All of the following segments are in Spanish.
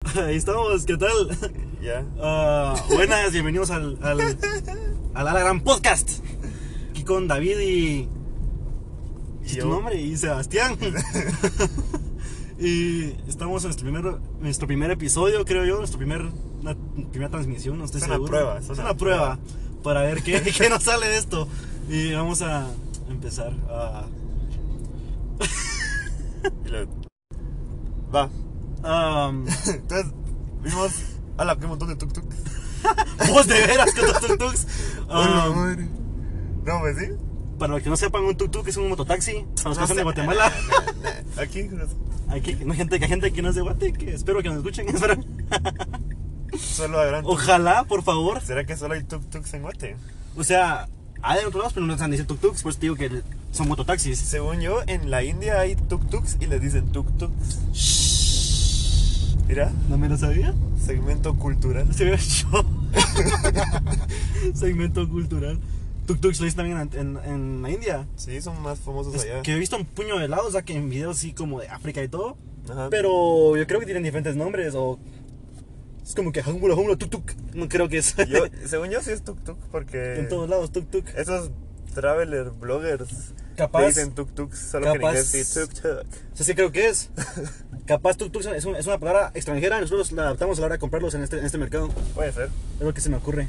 Ahí estamos, ¿qué tal? Ya. Ah, buenas, bienvenidos al, al, al Ala Gran Podcast. Aquí con David y. Y ¿es yo. tu nombre? Y Sebastián. y estamos en nuestro primer, nuestro primer episodio, creo yo, nuestra primer, una primera transmisión, no estoy Es una seguro. prueba, es es una una, prueba para ver qué, qué nos sale de esto. Y vamos a empezar a. Y lo- Va. am, Entonces, vimos. ¡Hala, qué montón de tuk-tuks! Vos de veras con los tuk-tuks. ¡Hola, Um, madre! No, pues sí. para los que no sepan, un tuk-tuk es un mototaxi. Para los que son No sé. de Guatemala. Aquí, pues, Aquí, no, gente, que hay gente que no es de Guate, que espero que nos escuchen. espero. solo habrán. Ojalá, por favor. ¿Será que solo hay tuk-tuks en Guate? O sea, hay en otros lados, pero no están diciendo tuk-tuks, pues digo que son mototaxis. Según yo, en la India hay tuk-tuks y les dicen tuk-tuks. Mira, ¿No me lo sabía? segmento cultural. Se ve show. Segmento cultural. Tuk-tuks lo dicen también en, en- en la India. Sí, son más famosos Es Pues allá. que he visto un puño de lados, o sea, que en videos así como de África y todo. Ajá. Pero yo creo que tienen diferentes nombres o... Es como que junglo, junglo, tuk-tuk. No creo que es... Yo, según yo, sí es tuk-tuk porque. en todos lados, tuk-tuk. Esos traveler bloggers Capaz. le dicen tuk-tuks, solo que en Capaz. inglés sí, tuk-tuk. O sea, sí creo que es. Capaz tuk-tuk es, un- es una palabra extranjera, nosotros la adaptamos a la hora de comprarlos en este, en este mercado. Puede ser. Es lo que se me ocurre.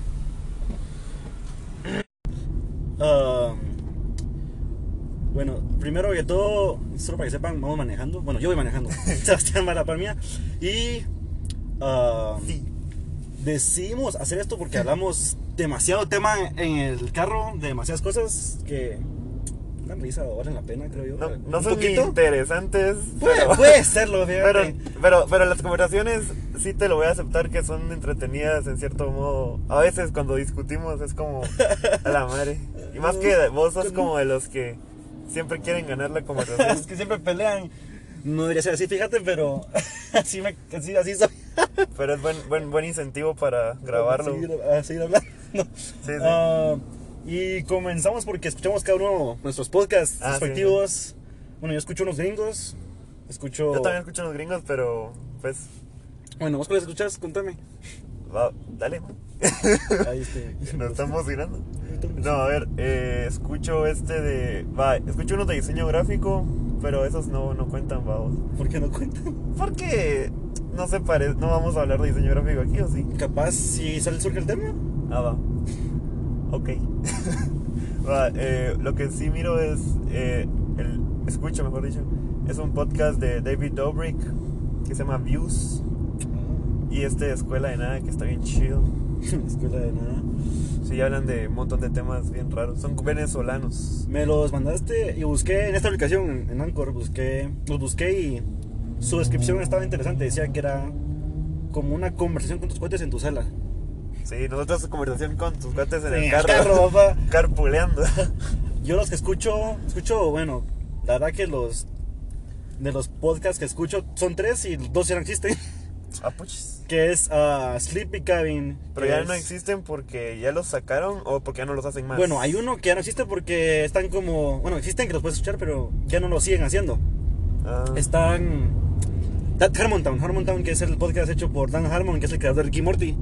Ah, bueno, primero que todo, solo para que sepan, vamos manejando. Bueno, yo voy manejando. Sebastián va a la par mía. Y ah, Sí. decidimos hacer esto porque hablamos demasiado tema en el carro, de demasiadas cosas que una risa valen la pena, creo yo. No, Eh, Un no son ni poquito. Pues, interesantes. Puede, pero- puede serlo, fíjate. Pero, pero, pero las conversaciones sí te lo voy a aceptar que son entretenidas en cierto modo. A veces cuando discutimos es como a la madre. Y más que vos sos como de los que siempre quieren ganar la conversación. es que siempre pelean. No debería ser así, fíjate, pero así, me, así, así soy. Pero es buen, buen, buen incentivo para grabarlo. Seguir, a seguir hablando. sí. Ah, y comenzamos porque escuchamos cada uno nuestros podcasts Ah, sí. respectivos. Bueno, yo escucho unos gringos. Escucho. Yo también escucho a los gringos, pero pues Bueno, ¿vos cuáles escuchas? Contame. va, dale. Ahí este. Nos estamos girando. No, a ver, eh, escucho este de. Va, escucho unos de diseño gráfico, pero esos no, no cuentan, vamos. ¿Por qué no cuentan? Porque no se parece. No vamos a hablar de diseño gráfico aquí, ¿o sí? Capaz si sale surge el tema. Ah, va. Ok. va, eh, lo que sí miro es. eh, el, escucho, mejor dicho. Es un podcast de David Dobrik que se llama Views. Y este de Escuela de Nada, que está bien chido. Escuela de nada. Sí, hablan de un montón de temas bien raros. Son venezolanos. Me los mandaste y busqué en esta aplicación, en, en Anchor, busqué, los busqué y su descripción estaba interesante. Decía que era como una conversación con tus cuates en tu sala. Sí, nosotros conversación con tus cuates en En el el carro. carro, papá. Carpuleando. Yo los que escucho, escucho, bueno, la verdad que los de los podcasts que escucho son tres y dos eran existen, Ah, puchis. que es ah, Sleepy Cabin. Pero que ya es- no existen porque ya los sacaron o porque ya no los hacen más. Bueno, hay uno que ya no existe porque están como, bueno, existen que los puedes escuchar, pero ya no lo siguen haciendo. Ah, están That Harmontown, Harmontown que es el podcast hecho por Dan Harmon, que es el creador de Ricky Morty.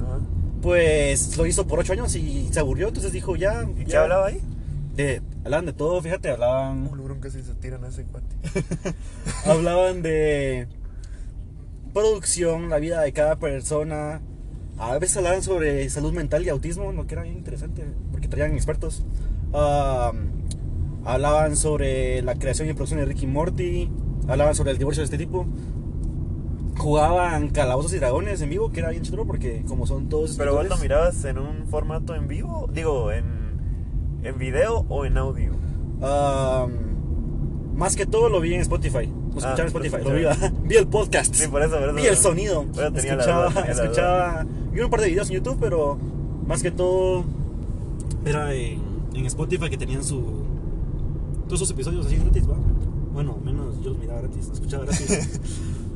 ah. Pues lo hizo por ocho años y se aburrió, entonces dijo ya. ¿Y ya. qué hablaba ahí? De, hablaban de todo, fíjate, hablaban. logrón que se tiran a ese cuate. hablaban de producción, la vida de cada persona. A veces hablaban sobre salud mental y autismo, lo que era bien interesante, porque traían expertos. Am, hablaban sobre la creación y producción de Ricky Morty. Hablaban sobre el divorcio de este tipo. Jugaban calabozos y dragones en vivo, que era bien chulo porque como son todos... Pero vos lo escritores- mirabas en un formato en vivo, digo, en, en video o en audio. Am, más que todo lo vi en Spotify. Lo escuchaba Ah, en Spotify. lo Lo vi, escuchaba. vi el podcast. Sí, por eso, por eso. Vi el sonido. Por eso tenía la escuchaba, duda, tenía la escuchaba. Vi un par de videos en YouTube, pero más que todo era en, en Spotify que tenían su todos sus episodios así gratis, ¿va? Bueno, menos yo los miraba gratis, los escuchaba gratis.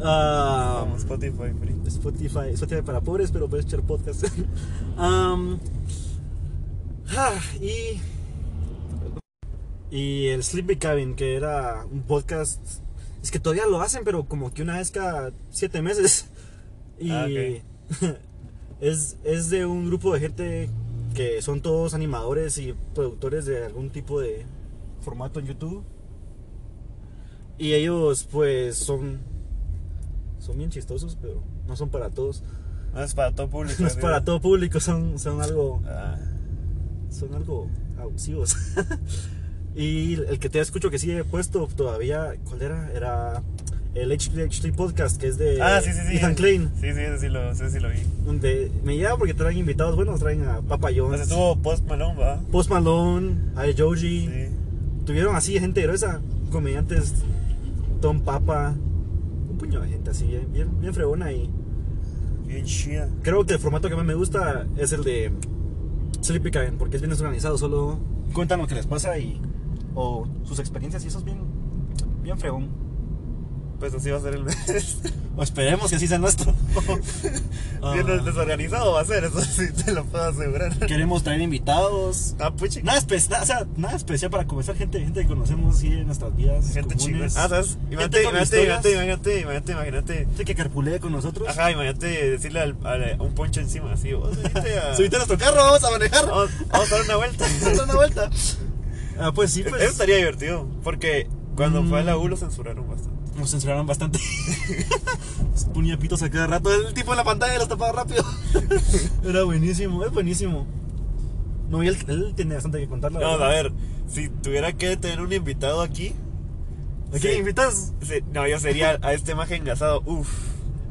Ah, Como Spotify free. Spotify, Spotify para pobres, pero puedes echar podcast. Am, ah, y, y el Sleepy Cabin, que era un podcast. Es que todavía lo hacen, pero como que una vez cada siete meses. Y Ah, ok. es, es de un grupo de gente que son todos animadores y productores de algún tipo de formato en YouTube. Y ellos pues son son bien chistosos, pero no son para todos. No es para todo público. No es así, para ¿no? todo público, son, son algo Ah, son algo abusivos. y el que te escucho que sigue puesto todavía, ¿cuál era? Era el HTH Podcast, que es de Ah, sí, sí, sí. Eh, Ethan Klein. Sí, sí, ese sí lo, ese sí lo vi. Donde me lleva porque traen invitados buenos, traen a Papa Jones, Entonces estuvo Post Malone, ¿va? Post Malone, a Joji. Sí. Tuvieron así gente gruesa, comediantes, Tom Papa, un puño de gente así, bien, bien fregona. Y Bien chida. creo que el formato que más me gusta es el de Sleepy Cabin, porque es bien desorganizado, solo cuentan lo que les pasa y. o sus experiencias, y eso es bien, bien fregón. Pues así va a ser el mes. O esperemos que así sea nuestro. Ah, Bien desorganizado va a ser, eso sí te lo puedo asegurar. queremos traer invitados. Ah, pues chica. Nada, espe- nada, o sea, nada especial para conversar, gente, gente que conocemos sí, en nuestras vidas. Gente chingona. comunes. Ah, ¿sabes? Imagínate, Gente con imagínate, historias. imagínate, imagínate, imagínate, imagínate. Gente que carpulee con nosotros. Ajá, imagínate decirle al, al- a un poncho encima, así, vos subite a... Subite a nuestro carro, vamos a manejar. Vamos, vamos a dar una vuelta. Vamos a dar una vuelta. Ah, pues sí, Eso pues. estaría divertido, porque cuando Mm. fue a la U lo censuraron bastante. Nos censuraron bastante. Ponía pitos a cada rato. El tipo en la pantalla los tapaba rápido. Era buenísimo, es buenísimo. No, y él, él tiene bastante que contar, la Vamos a verdad. ver, si tuviera que tener un invitado aquí, ¿A quién Sí. invitas? se- no, yo sería a este maje engasado, uff.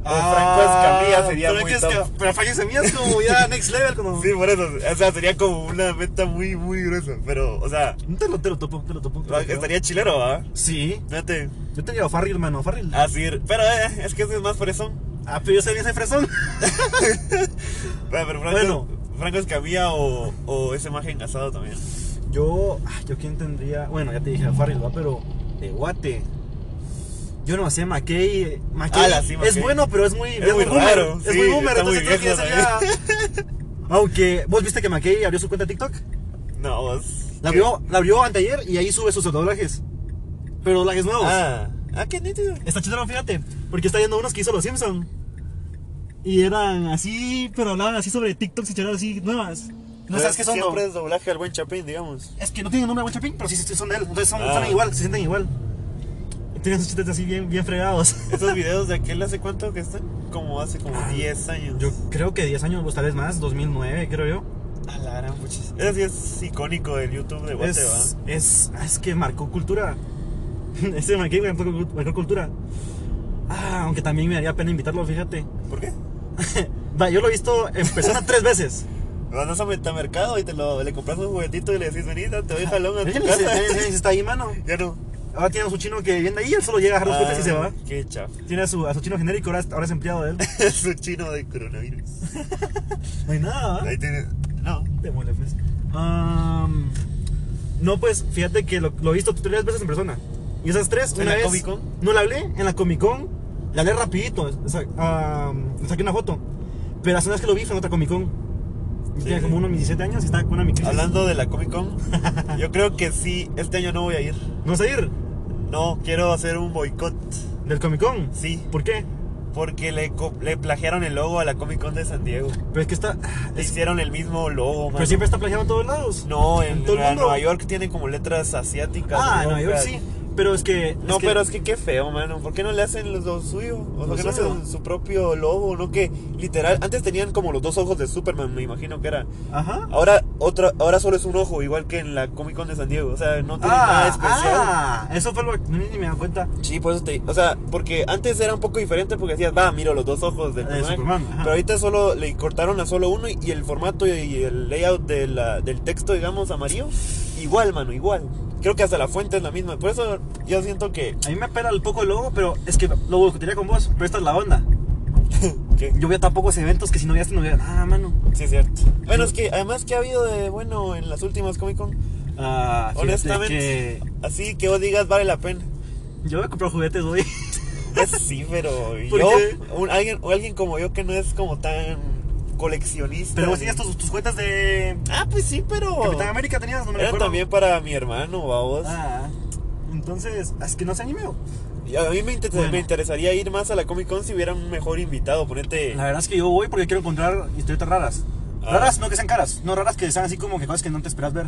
O Ah, Franco Escamilla sería Franco muy top. Esca- Pero Franco Escamilla es como ya next level. Como... Sí, por eso, o sea, sería como una meta muy, muy gruesa, pero, o sea, No te lo, te lo topo, te lo topo. te lo creo. estaría chilero, ¿ah? Sí. Fíjate, Yo te llevo Farrell, mano, Farrell. así, pero eh, es que ese es más fresón. Ah, pero yo sabía ese fresón. Pero, pero Franco, Bueno. Franco Escamilla o, o ese maje engasado también. Yo, ah, yo quién tendría, bueno, ya te dije a Farrell, va, pero de guate. Yo no sé, McKay, McKay Ala, Ah, sí, es McKay. bueno, pero es muy, Es muy boomer, raro, es sí, muy boomer, está entonces muy creo que viejo ¿eh? sería- Aunque, ¿vos viste que McKay abrió su cuenta de TikTok? No, vos. La abrió, la abrió anteayer y ahí sube sus doblajes. Pero doblajes nuevos. Ah, ah, qué nítido. Está chido, fíjate, porque está viendo unos que hizo los Simpson. Y eran así, pero hablaban así sobre TikToks y charadas así nuevas. No sabes qué son, Pues Siempre no? es doblaje al buen Chapín, digamos. Es que no tienen nombre de buen Chapín, pero sí, sí son de él. Entonces son, Ah. son igual, se sienten igual. Tienen sus chistes así bien, bien fregados. Esos videos de aquel hace cuánto que están? Como hace como Ah, 10 años. Yo creo que 10 años, pues, tal vez más, 2009, creo yo. A la gran muchísimo. Ese sí es icónico del YouTube de Guate, Es, es, ah, es que marcó cultura. Ese Mackey marcó, cul- marcó cultura. Ah, aunque también me daría pena invitarlo, fíjate. ¿va? ¿Por qué? Va, yo lo he visto en persona tres veces. Vas a Metamercado y te lo, le compras un juguetito y le decís, vení, te doy jalón a Él tu ya ni se- casa. él ya ni se está ahí, mano. ya no. Ahora tiene a su chino que viene ahí, él solo llega a dejar los cohetes y se va. Ah, Qué chafa. Tiene a su, a su chino genérico, ahora, es- ahora es empleado de él. Es un chino de coronavirus. No hay nada. ¿eh? Ahí tienes. No. Te mole, pues. Am, no, pues fíjate que lo, lo he visto tres veces en persona. Y esas tres, ¿En una la vez. Comic Con? No la hablé, en la Comic Con. La hablé rapidito. o sea, am, le saqué una foto. Pero las veces que lo vi fue en otra Comic Con. Sí, Tenía sí. como unos 17 años y estaba con una mi crisis. Hablando de la Comic Con, yo creo que sí, este año no voy a ir. ¿No vas a ir No, quiero hacer un boicot. del Comic Con? Sí, ¿Por qué? porque le, co- le plagiaron el logo a la Comic Con de San Diego. Pero es que está. Le hicieron el mismo logo, mano. Pero siempre está plagiado en todos lados. No, en, en todo el la mundo. Nueva York tiene como letras asiáticas. Ah, ¿no? Nueva York O sea, sí. Pero es que. No, es que- pero es que qué feo, mano. ¿Por qué no le hacen los dos suyos? O Lo sea, que no suyo. hacen su propio logo, ¿no? Que literal, antes tenían como los dos ojos de Superman, me imagino que era. Ajá. Ahora, otra, ahora solo es un ojo, igual que en la Comic Con de San Diego. O sea, no tiene nada Ah, especial. ah, eso fue lo que ni, ni me da cuenta. Sí, por eso te O sea, porque antes era un poco diferente porque decías, va, miro los dos ojos del Eh, personaje. Superman, ajá. Pero ahorita solo le cortaron a solo uno y, y el formato y el layout de la- del texto, digamos, amarillo, igual, mano, igual. Creo que hasta la fuente es la misma. Por eso yo siento que. A mí me pela el poco el logo, pero es que lo discutiría con vos. Pero esta es la onda. que Yo veo tan pocos eventos que si no veas, no veas nada, mano. sí, es cierto. Bueno, es que además que ha habido de bueno en las últimas Comic Con. Ah, fíjate Honestamente, que así que vos digas, vale la pena. yo voy a comprar juguetes hoy. Pues sí, pero ¿Por yo, qué? un- alguien, o alguien como yo que no es como tan coleccionista. Pero vos ni- tenías tus, tus cuentas de Ah, pues sí, pero. Capitán América, tenías, no me Ah. Era pues. acuerdo. también para mi hermano, babos. Ah, entonces, es que no se anime. Y A mí me, inter- Bueno. me interesaría ir más a la Comic Con si hubiera un mejor invitado. Ponete. La verdad es que yo voy porque quiero encontrar historietas raras. Ah. Raras, no que sean caras, no raras que sean así como que cosas que no te esperas ver.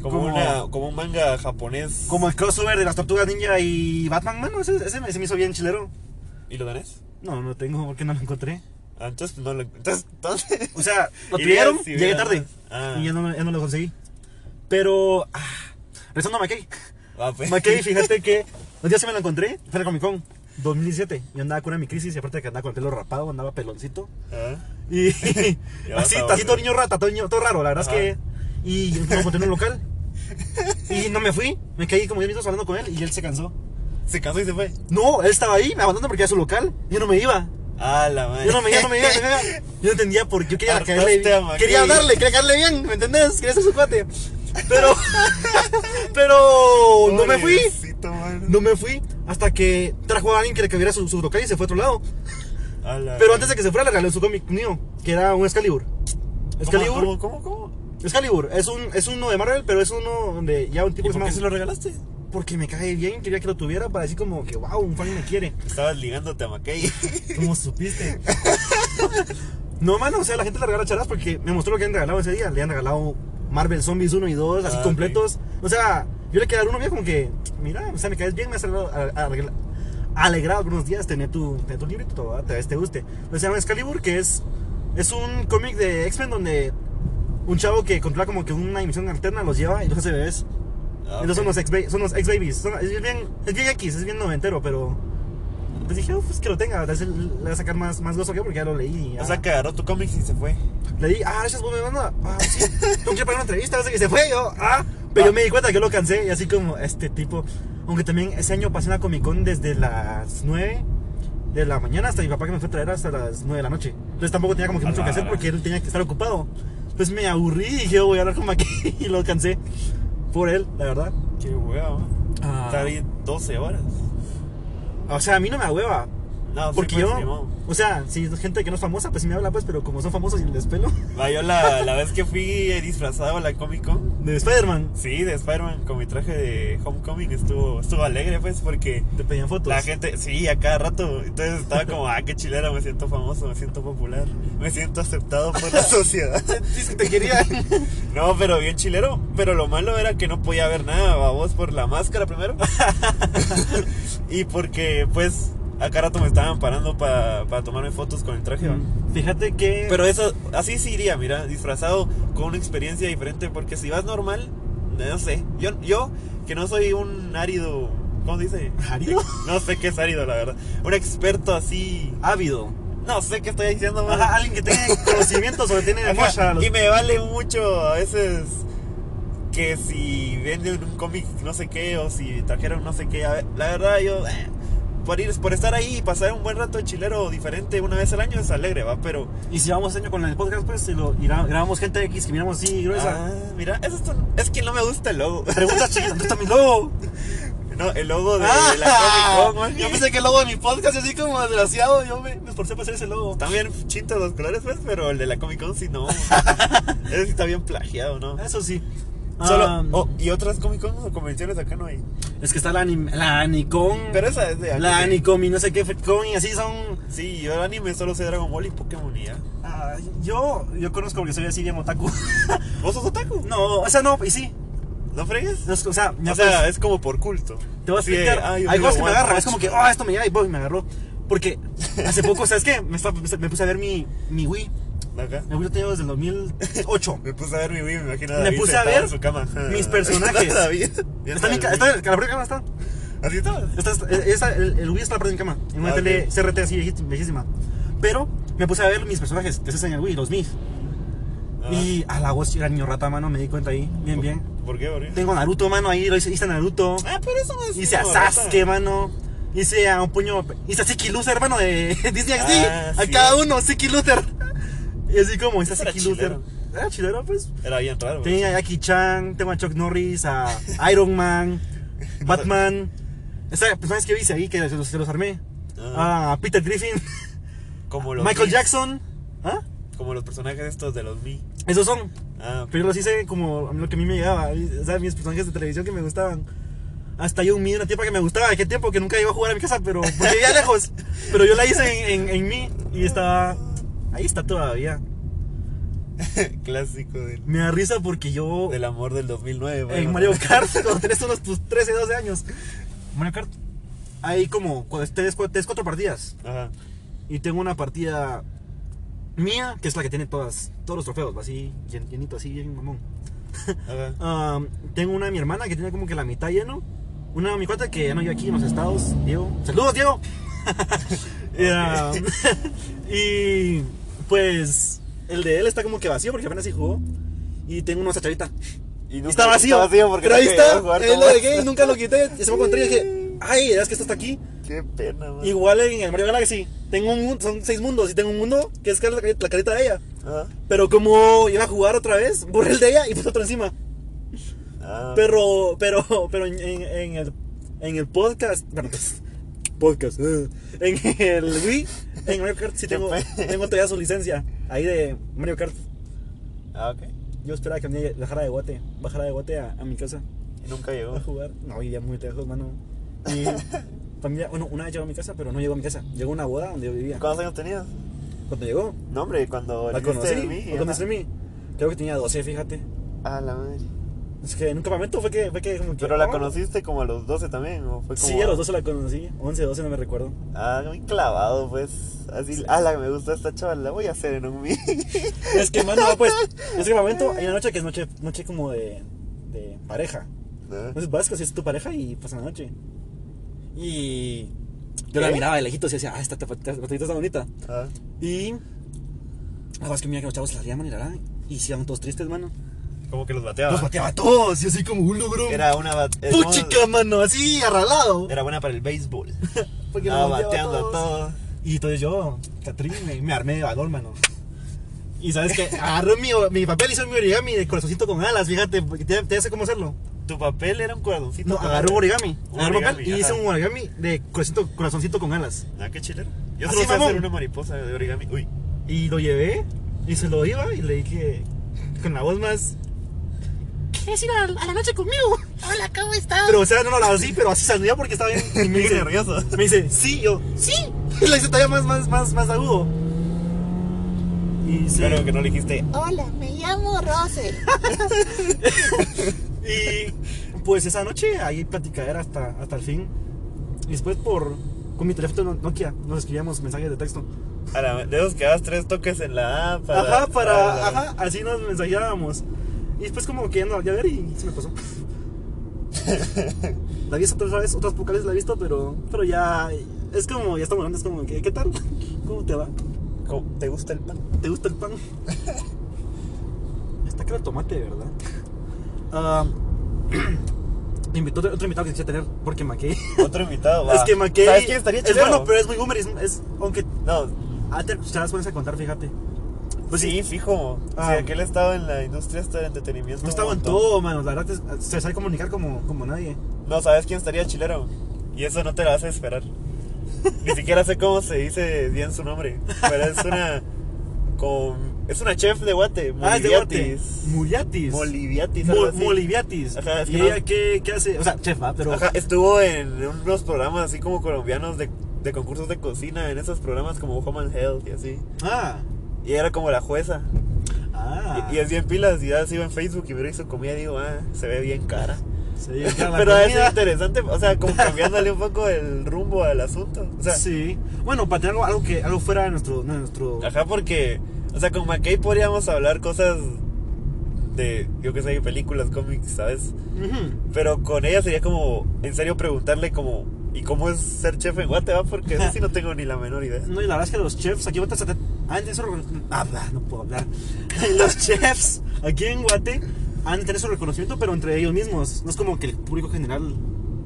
Como, una, como un manga japonés. como el crossover de las tortugas ninja y Batman, mano, ese, ese me- se me hizo bien chilero. ¿Y lo tenés? No, no tengo porque no lo encontré. Ah, entonces no lo. Entonces. entonces- O sea, lo Iría tuvieron, si llegué hubiera- tarde Ah. y ya no, ya no lo conseguí. Pero, ah, rezando a McKay. Ah, pues. McKay, fíjate que un día sí me lo encontré, fue a la Comic Con 2017. Yo andaba con una mi crisis y aparte de que andaba con el pelo rapado, andaba peloncito. Ah, Y Ya así, vas a así todo volver. niño rata, todo, niño- todo raro, la verdad Ajá. es que. Y me encontré en un local. Y no me fui, me caí como 10 minutos hablando con él y él se cansó. Se casó y se fue. No, él estaba ahí, me abandonó porque era su local. Yo no me iba. Ah, la madre. Yo no me iba, no me iba, no me Ah, iba. Yo no entendía por yo quería Hartaste caerle a Mackay. Quería hablarle, quería caerle bien, ¿me entendés? Quería ser su cuate. Pero. Pero. No me fui. Pobrecito, mano. No me fui hasta que trajo a alguien que le cambiara su, su local y se fue a otro lado. A la- Pero antes de que se fuera, le regalé su cómic mío, que era un Excalibur. ¿Cómo, Excalibur. ¿Cómo, cómo, cómo? Excalibur es, un, es uno de Marvel, pero es uno donde ya un ¿Y tipo es por qué más. se lo regalaste? Porque me cae bien, quería que lo tuviera para decir como que wow, un fan me quiere. Estabas ligándote a Mackay. ¿Cómo supiste? no, mano, o sea, la gente le regala charas porque me mostró lo que han regalado ese día. Le han regalado Marvel Zombies 1 y 2, así Ah, completos. O sea, yo le quedé a uno bien como que, mira, o sea, me caes bien, me has alegrado, a- arregla- alegrado algunos días tener tu, tener tu librito, ¿verdad? tal vez te guste. O sea, Excalibur, que es, es un cómic de X-Men donde un chavo que controla como que una dimensión alterna los lleva y los hace bebés. Ah, Entonces son los ex son los ex-babies. Son- Es bien, es bien X, es bien noventero, pero. Pues dije, oh, pues que lo tenga, tal vez él le va a sacar más, más gozo que yo porque ya lo leí. Ya. O sea, que agarró tu cómic y se fue. leí, ah, gracias por me manda. Ah, sí, tengo que ir para una entrevista, no sé que se fue yo. Ah, pero yo me di cuenta que yo lo cansé y así como este tipo. Aunque también ese año pasé una Comic Con desde las 9 de la mañana hasta mi papá que me fue a traer hasta las 9 de la noche. Entonces tampoco tenía como que mucho que hacer porque él tenía que estar ocupado. Pues me aburrí y dije, oh, voy a hablar con Maki y lo cansé. Por él, la verdad. Qué hueva, man. Ah. Estar ahí 12 horas. O sea, a mí no me ahueva. No, sí, Porque pues, yo, ni modo. o sea, si es gente que no es famosa, pues sí me habla, pues, pero como son famosos y les pelo. Va, yo la, la vez que fui disfrazado a la Comic Con. De Spider-Man, Sí, de Spider-Man con mi traje de Homecoming estuvo, estuvo alegre, pues, porque te pedían fotos. la gente, sí, a cada rato. Entonces estaba como, ah, qué chilera, me siento famoso, me siento popular, me siento aceptado por la sociedad. Dices que te querían. No, pero bien chilero. Pero lo malo era que no podía ver nada, vos por la máscara primero. y porque, pues, a cada rato me estaban parando para tomarme fotos con el traje. Mm. ¿va? Fíjate que. Pero eso, así sí iría, mira, disfrazado con una experiencia diferente, porque si vas normal, no sé, yo, yo que no soy un árido, ¿cómo se dice? ¿Árido? No sé qué es árido, la verdad. Un experto así, ávido. no sé qué estoy diciendo, man. Ajá, alguien que tiene conocimientos sobre tiene Ajá, memoria. los- Y me vale mucho a veces que si venden un cómic no sé qué o si trajeron no sé qué, a ver, la verdad yo... eh, por, ir, por estar ahí y pasar un buen rato chilero diferente una vez al año es alegre, ¿va? Pero Y si vamos este año con el podcast, pues, y lo, y gra- grabamos gente X que miramos así gruesa. Ah, mira, eso es, un- es que no me gusta el logo. Preguntas chicas, ¿dónde está mi logo? No, el logo de, Ah, de la Comic Con. man. yo pensé que el logo de mi podcast, así como desgraciado, yo me, me esforcé para hacer ese logo. Están bien chintos los colores, pues, pero el de la Comic Con sí no. Ese sí está bien plagiado, ¿no? Eso sí. Solo, Ah, oh, y otras Comic Con o convenciones acá no hay. Es que está la, anim- la Anicon. Pero esa es de ¿eh? anime. La Anicom y no sé qué Fedcom y así son. Sí, yo el anime solo sé Dragon Ball y Pokémon y ya. Ah, yo, yo conozco porque soy así bien otaku. ¿Vos sos otaku? no, o sea, no, y sí. ¿No fregues? No es- o sea, me o sea, es como por culto. te voy a Sí, explicar. ay, hay yo cosas que lo me voy a agarran. watch. Es como que, ah, esto me llega y voy, me agarró. Porque hace poco, ¿sabes qué? Me, estaba- me puse a ver mi, mi Wii. Acá. Mi Wii lo tenía desde el 2008. Me puse a ver mi Wii, me imagino. a Me David puse a sentado ver en su cama. mis personajes. David. Está en mi ca- está, la propia cama está. ¿Así estabas? Esta es- esta- el, el Wii está aparte de mi cama, en una Ah, tele ok. CRT así vieji- viejísima. Pero me puse a ver mis personajes que se hacen en el Wii, los mis. Ah. Y a la voz era niño rata, mano, me di cuenta ahí. Bien, bien. ¿Por qué? ¿Por qué? Tengo a Naruto, mano, ahí lo hice, hice a Naruto. Ah, pero eso no es. Hice a no, rata. Sasuke, mano. Hice a un puño. Hice a Siki Luther, hermano, de Disney XD. Ah, a sí. cada uno, Siki Luther. Y así como, hice a Eso era Siki Luther. chilero. Era chilero, pues. Era bien raro. güey. Tenía a Jackie Chan, tengo a Chuck Norris, a Iron Man, Batman. Esas personas que hice ahí, que se los, se los armé. Ah. A Peter Griffin, Como los Michael Mis, Jackson. ¿Ah? Como los personajes estos de los Mi. Esos son. Ah, Pero yo los hice como a mí- lo que a mí me llegaba. O sea, mis personajes de televisión que me gustaban. Hasta yo un mí, una tipa que me gustaba de aquel tiempo que nunca iba a jugar a mi casa, pero porque vivía lejos. Pero yo la hice en, en, en mí y está. Ahí está todavía. Clásico del, Me da risa porque yo. del amor del 2009. bueno. En Mario Kart, cuando tenés unos tus 13, 12 años. Mario Kart. Hay como. cu- Tenés, cu- tenés cuatro partidas. Ajá. Y tengo una partida mía, que es la que tiene todas, todos los trofeos, así, llen- llenito, así, bien mamón. Ajá. Am, tengo una de mi hermana que tiene como que la mitad lleno. Una de mi cuate que ya no vive aquí en los estados, Diego. ¡Saludos, Diego! Y, am, y pues el de él está como que vacío porque apenas sí jugó. Y tengo una chavita. Y nunca- está vacío. porque Pero no ahí quería está. jugar Ahí con lo vos. dejé, nunca lo quité. Y se me encontré y dije, ay, es que esto está aquí. Qué pena, man. Igual en el Mario Galaxy, tengo un mundo, son seis mundos y tengo un mundo que es la, la carita de ella. Ajá. Pero como iba a jugar otra vez, borré el de ella y puse otro encima. Ah. Pero, pero, pero en, en- en el, en el podcast, bueno, pues, podcast, eh, en el Wii, en Mario Kart sí Qué tengo, pe- tengo todavía su licencia, ahí de Mario Kart. Ah, ok. Yo esperaba que me bajara de guate, bajara de guate a, a mi casa Y nunca llegó. a jugar. No, vivía muy lejos, mano. Y familia, bueno, una vez llegó a mi casa, pero no llegó a mi casa. Llegó a una boda donde yo vivía. ¿Cuántos años tenías? Cuando llegó, No, hombre, cuando La viniste conocí, de mí, la conocí a mí. Creo que tenía 12, fíjate. ajá. Ah, la madre. Es que en un campamento fue que, fue que como que- Pero la oh. conociste como a los 12 también, ¿o fue como Sí, a los 12 la conocí, 11, 12 no me recuerdo. Ah, muy clavado, pues. Así, Sí. ah, la me gusta esta chaval, la voy a hacer en un mí. Es que más no, pues, en ese campamento hay una noche que es noche, noche como de, de pareja. Entonces vas si es tu pareja y pasan la noche. Y yo la ¿Eh? miraba de lejitos y decía, ah, esta patita está bonita. Ah, Y la verdad es que mira que los chavos se la llaman y la verdad, y se iban todos tristes, mano. como que los bateaba. Los bateaba a todos y así como un logro. Ah. Era una bat- eh, ¿cómo? Puchica, mano, así arralado. Era buena para el béisbol. Porque Ah, los bateaba bateando todos. a todos. Y entonces yo, Catrín, me, me armé de valor, mano. Y sabes que agarré mi, mi papel y hice mi origami de corazoncito con alas, fíjate, porque te, te hace cómo hacerlo. Tu papel era un corazoncito. No, con agarré un alas. origami, Un agarré un papel origami, y hice ajá. un origami de corazoncito, corazoncito con alas. Ah, qué chilero. Yo Así, solo sé hacer mamón. una mariposa de origami. Uy. Y lo llevé y se lo iba y le dije con la voz más. ¿Quieres ir a, a la noche conmigo? Hola, ¿cómo estás? Pero o sea, no lo hablaba así, pero así saludía porque estaba bien. Y me Bien dice, nervioso. Me dice, sí, yo, sí. Y lo hice todavía más, más, más, más agudo. Y se- Claro que no le dijiste. Hola, me llamo Rosel. Y pues esa noche ahí platicadera hasta, hasta el fin. Y después por con mi teléfono Nokia nos escribíamos mensajes de texto. A la, de esos que das tres toques en la A para. ajá, para, la- ajá, así nos mensajeábamos. Y después como que ya no ya ver y se me pasó. la vi esa otra vez, otras pocas veces la he visto, pero pero ya es como ya estamos hablando, es como que ¿qué tal? ¿Cómo te va? ¿Cómo- ¿Te gusta el pan? ¿Te gusta el pan? Está que el tomate, ¿verdad? Ah, me invitó otro, otro invitado que quisiera tener, porque Mackey. Otro invitado. va. Es que Mackey. ¿Sabes quién estaría Es chilero? bueno, pero es muy boomer. Es, es- aunque. No, Ah, te, te las pones a contar, fíjate. pues sí, fijo. Ah. Si aquel estaba en la industria esta del entretenimiento. No un estaba en montón. todo, mano. La verdad, es- se sabe comunicar como, como nadie. No, ¿sabes quién estaría chilero? Y eso no te la vas a esperar. Ni siquiera sé cómo se dice bien su nombre. Pero es una. con- es una chef de guate. Ah, es de Guate. Moliviatis. Muriatis. Moliviatis. algo Mo- así. Moliviatis. Ajá, es que ¿Y no- ella qué, qué hace? O sea, chef, va, pero. Ajá, estuvo en unos programas así como colombianos de, de concursos de cocina. En esos programas como Home and Health y así. Ah. Y era como la jueza. Ah. Y, y es bien pilas. Y ya se iba en Facebook y miro su comida y digo, ah, se ve bien cara. Se dedica a la Pero es comida. interesante, o sea, como cambiándole un poco el rumbo al asunto. O sea, sí. Bueno, para tener algo, algo que algo fuera de nuestro, de nuestro Ajá, porque, o sea, con McKay podríamos hablar cosas de, yo qué sé, películas, cómics, ¿sabes? Ujú. Pero con ella sería como, en serio, preguntarle como, ¿y cómo es ser chef en Guate? va? Porque eso sí no tengo ni la menor idea. No, y la verdad es que los chefs aquí en Guate. Antes de su recono- Ah, bla, no puedo hablar. Los chefs aquí en Guate han de tener su reconocimiento, pero entre ellos mismos. No es como que el público general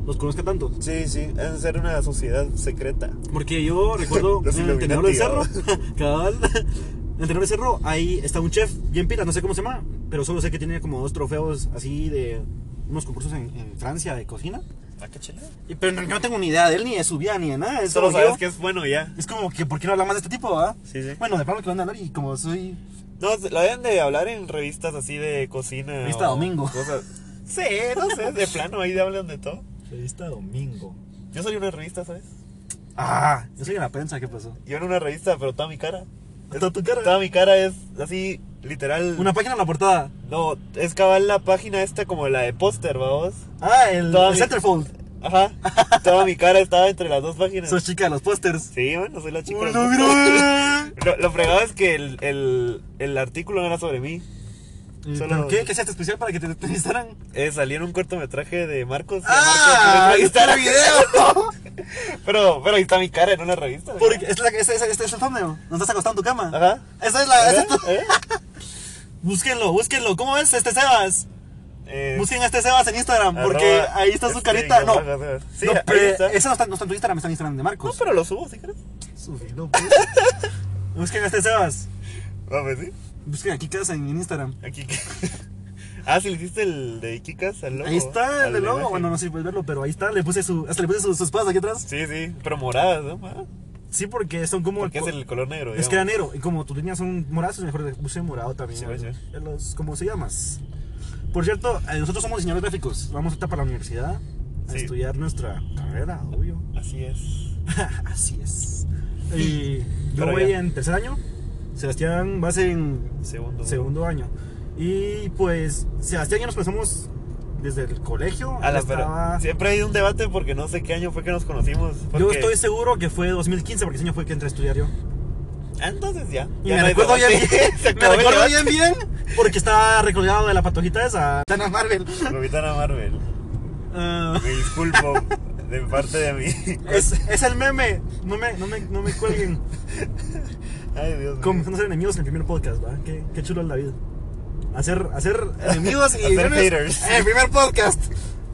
los conozca tanto. Sí, sí, es ser una sociedad secreta. Porque yo recuerdo Los en el tenedor del cerro, Illuminati, cabal, en el tenedor del cerro, ahí está un chef bien pila, no sé cómo se llama, pero solo sé que tiene como dos trofeos así de unos concursos en, en Francia de cocina. Ah, qué chile. Y- Pero no, yo no tengo ni idea de él, ni de su vida, ni de nada. Es Solo como sabes yo- que es bueno ya. Es como que, ¿por qué no habla más de este tipo, ah? Sí, sí. Bueno, de plano que lo andan a hablar y como soy. No, la deben de hablar en revistas así de cocina. Revista Domingo. Cosas. Sí, no sé, de plano, ahí hablan de todo. Revista Domingo. Yo soy una revista, ¿sabes? Ah, yo soy en la prensa, ¿qué pasó? Yo era una revista, pero toda mi cara. es- Toda tu cara. Toda mi cara es así, literal. Una página en la portada. No, es cabal la página esta como la de póster, vamos. Ah, el, Toda el mi- centerfold. Ajá. toda mi cara estaba entre las dos páginas. Sos chica de los pósters. Sí, bueno, soy la chica. ¡Un del logro, grupo. eh! Lo, lo fregado es que el, el, el artículo no era sobre mí. ¿Y Solo- ¿Pero qué? ¿Qué hacías especial para que te entrevistaran? Eh, salí en un cortometraje de Marcos. de ¡Ah! Marcos, ¡Ahí en está una el revista. video! Pero, pero ahí está mi cara en una revista. ¿no? Porque es la, ese, ese- este es el thumbnail. Nos estás acostado en tu cama. Ajá. Esa es la. esa es tu- ¿Eh? Búsquenlo, búsquenlo. ¿Cómo es este Sebas? Eh, Busquen a este Sebas en Instagram porque arroba ahí está su este carita. guión No, bajo Sebas. Sí, no, ahí pero eh, está. esa no está, no está en tu Instagram, está en Instagram de No, Marcos. pero lo subo, si crees. Sufi, no, pues. Busquen a este Sebas. Ah, pues sí. Busquen aquí casa en, en Instagram. Aquí. que- ah, si le hiciste el de Iquikas al logo. Ahí está el al de logo. imagen. Bueno, no sé si puedes verlo, pero ahí está. Le puse su, hasta le puse sus, sus espadas aquí atrás. Sí, sí, pero moradas, ¿no? Ah, Sí, porque son como. Porque es el color negro. Es que era digamos. negro, y como tus líneas son moradas, es mejor le puse morado también. Sí, gracias. En los, ¿Cómo se llamas? Por cierto, eh, nosotros somos diseñadores gráficos. Vamos ahorita para la universidad a Sí. estudiar nuestra carrera, obvio. Así es. Así es. Y yo Pero voy ya. en tercer año, Sebastián vas en Segundo. segundo año. Y pues, Sebastián y yo nos conocemos desde el colegio. A Él la estaba- pero Siempre hay un debate porque no sé qué año fue que nos conocimos. Yo porque- estoy seguro que fue 2015, porque ese año fue que entré a estudiar yo. Ah, entonces ya. Y ya me no hay recuerdo bien debate. Se bien. me acabó el recuerdo debate. bien bien. Porque estaba recolgado de la patojita esa. Tana Marvel. Capitana Marvel. Ah, Me disculpo de parte de mí. es, es el meme. No me, no me, no me cuelguen. Ay, Dios mío. Como no ser enemigos en el primer podcast, ¿va? Qué, qué chulo es la vida. Hacer, hacer enemigos y Hacer enemigos haters. en el primer podcast.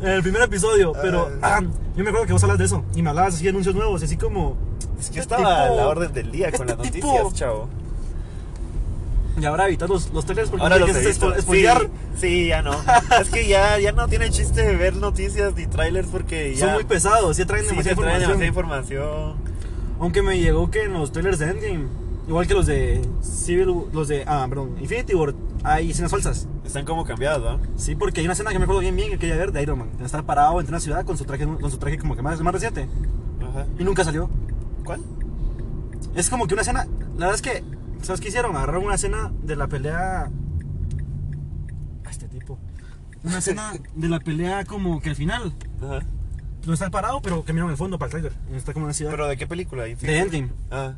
En el primer episodio. Pero ah, Ah. yo me acuerdo que vos hablas de eso. Y me hablabas así de anuncios nuevos. Y así como. Es que este yo estaba a tipo- la orden del día con este las noticias, tipo- chavo. Y ahora evitar los, los trailers porque Ahora no los quieres edito. espo- sí, spoilear. sí, ya no. es que ya, ya no tiene chiste de ver noticias ni trailers porque ya. Son muy pesados. Ya traen sí, demasiada te traen información. demasiada información. Aunque me llegó que en los trailers de Endgame, igual que los de Civil War- los de, ah, perdón, Infinity War, hay escenas falsas. Están como cambiadas, ¿va? Sí, porque hay una escena que me acuerdo bien bien que quería ver de Iron Man. Está parado entre una ciudad con su traje, con su traje como que más, más reciente. Ajá. Y nunca salió. ¿Cuál? Es como que una escena, la verdad es que, ¿sabes qué hicieron? Agarraron una escena de la pelea... A este tipo. Una escena de la pelea como que al final. Ajá. No está parado, pero caminaron en el fondo para el trailer. Está como una ciudad. ¿Pero de qué película? Infinity- de Endgame. Ah.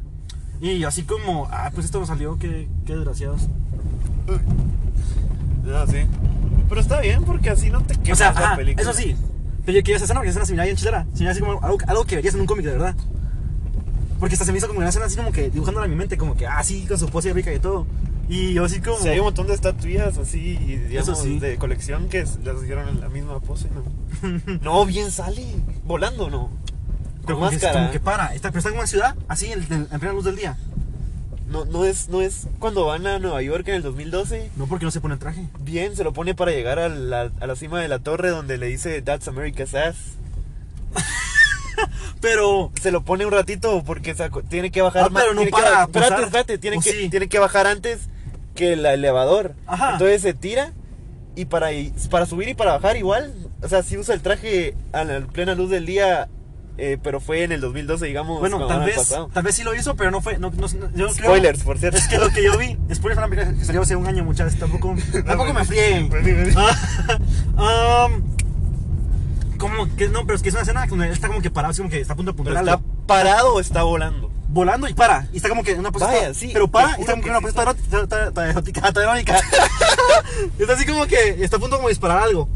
Y así como, ah, pues esto no salió, qué, qué desgraciados. Ah, sí. Pero está bien porque así no te O quemas sea, la ajá, película. eso sí. Pero yo quería esa escena porque es una similar bien chilera. Se me hace como algo, algo que verías en un cómic, de verdad. Porque hasta se me hizo como una escena así como que dibujándola en mi mente, como que así con su pose rica y todo. Y yo así como. Sí, hay un montón de estatuillas así, digamos, sí. de colección que s- las hicieron en la misma pose, ¿no? no, bien sale, volando, ¿no? pero Con como que, como máscara. que para. Está, pero está en una ciudad así en, en- en plena luz del día. No, no, es, no es cuando van a Nueva York en el 2012. No porque no se pone el traje. Bien, se lo pone para llegar a la, a la cima de la torre donde le dice That's America's ass. Pero. Se lo pone un ratito porque saco- tiene que bajar Ah, pero no tiene que para ba- posar. espérate, espérate, tiene, ¿O que, sí? tiene que bajar antes que el elevador. Ajá. Entonces se tira y para, y- para subir y para bajar igual. O sea, sí usa el traje a la plena luz del día, eh, pero fue en el 2012, digamos. Bueno, como tal el vez, pasado. tal vez sí lo hizo, pero no fue. No, no, no- yo no creo- Spoilers, por cierto. Es que lo que yo vi, spoilers fue una película que salió hace un año, muchachos. Tampoco, tampoco me frieguen. Pues sí, pues sí. Ah, um, como que no, pero es que es una escena donde él está como que parado, así como que está a punto de Pero apuntar está algo. parado o está volando. volando y para. Y está como que en una postura. Vaya, sí, Pero te para y juro está como que que en una sí. postura erótica. ta- ta- erótica, ta- erótica. está así como que está a punto como de disparar algo.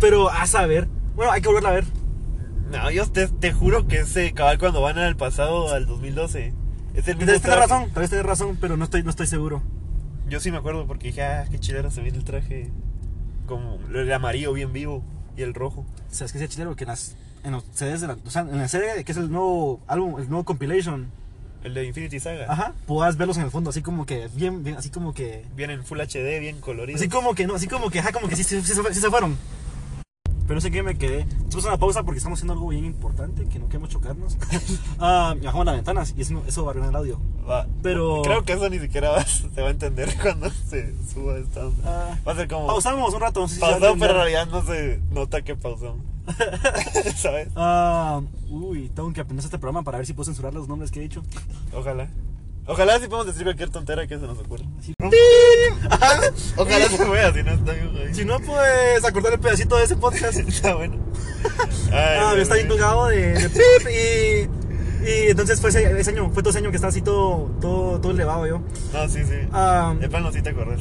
Pero a saber. Bueno, hay que volverla a ver. No, yo te, te juro que ese cabal cuando van al pasado, al 2012. Es el Tal mismo vez tenés traje. Pues razón, tal vez tenés razón, pero no estoy, no estoy seguro. Yo sí me acuerdo porque dije, ah, qué chilero se viene el traje. Como el amarillo bien vivo y el rojo. ¿Sabes qué es chilero? Que en las, en los CDs de la, o sea, en la serie que es el nuevo álbum, el nuevo compilation, El de Infinity Saga. ajá, puedas verlos en el fondo, así como que bien, bien así como que Bien en Full HD, bien colorido. Así como que no, así como que, ajá, como que sí, sí, sí se fue- sí se fueron. Pero no sé qué me quedé. Pusimos una pausa porque estamos haciendo algo bien importante, que no queremos chocarnos. Ah, y bajamos las ventanas y eso, eso barrió el audio. Va. Pero- Creo que eso ni siquiera va- se va a entender cuando se suba esta onda. Ah. va a ser como... Pausamos un rato, no sé si se va a Pausado, pero entender. en realidad no se nota que pausamos. ¿Sabes? Ah, uy, tengo que aprenderse este programa para ver si puedo censurar los nombres que he dicho. Ojalá. Ojalá sí podamos decir cualquier tontera que se nos ocurra. Si no, Ojalá se pueda, si no está bien jodido. si no, pues acordar el pedacito de ese podcast. Está bueno. Ay, Ah, Dios está bien mío. colgado de, de pip y, y entonces fue ese, ese año, fue todo ese año que estaba así todo, todo, todo elevado yo. No, sí, sí. Ah, De plano sí te acordás.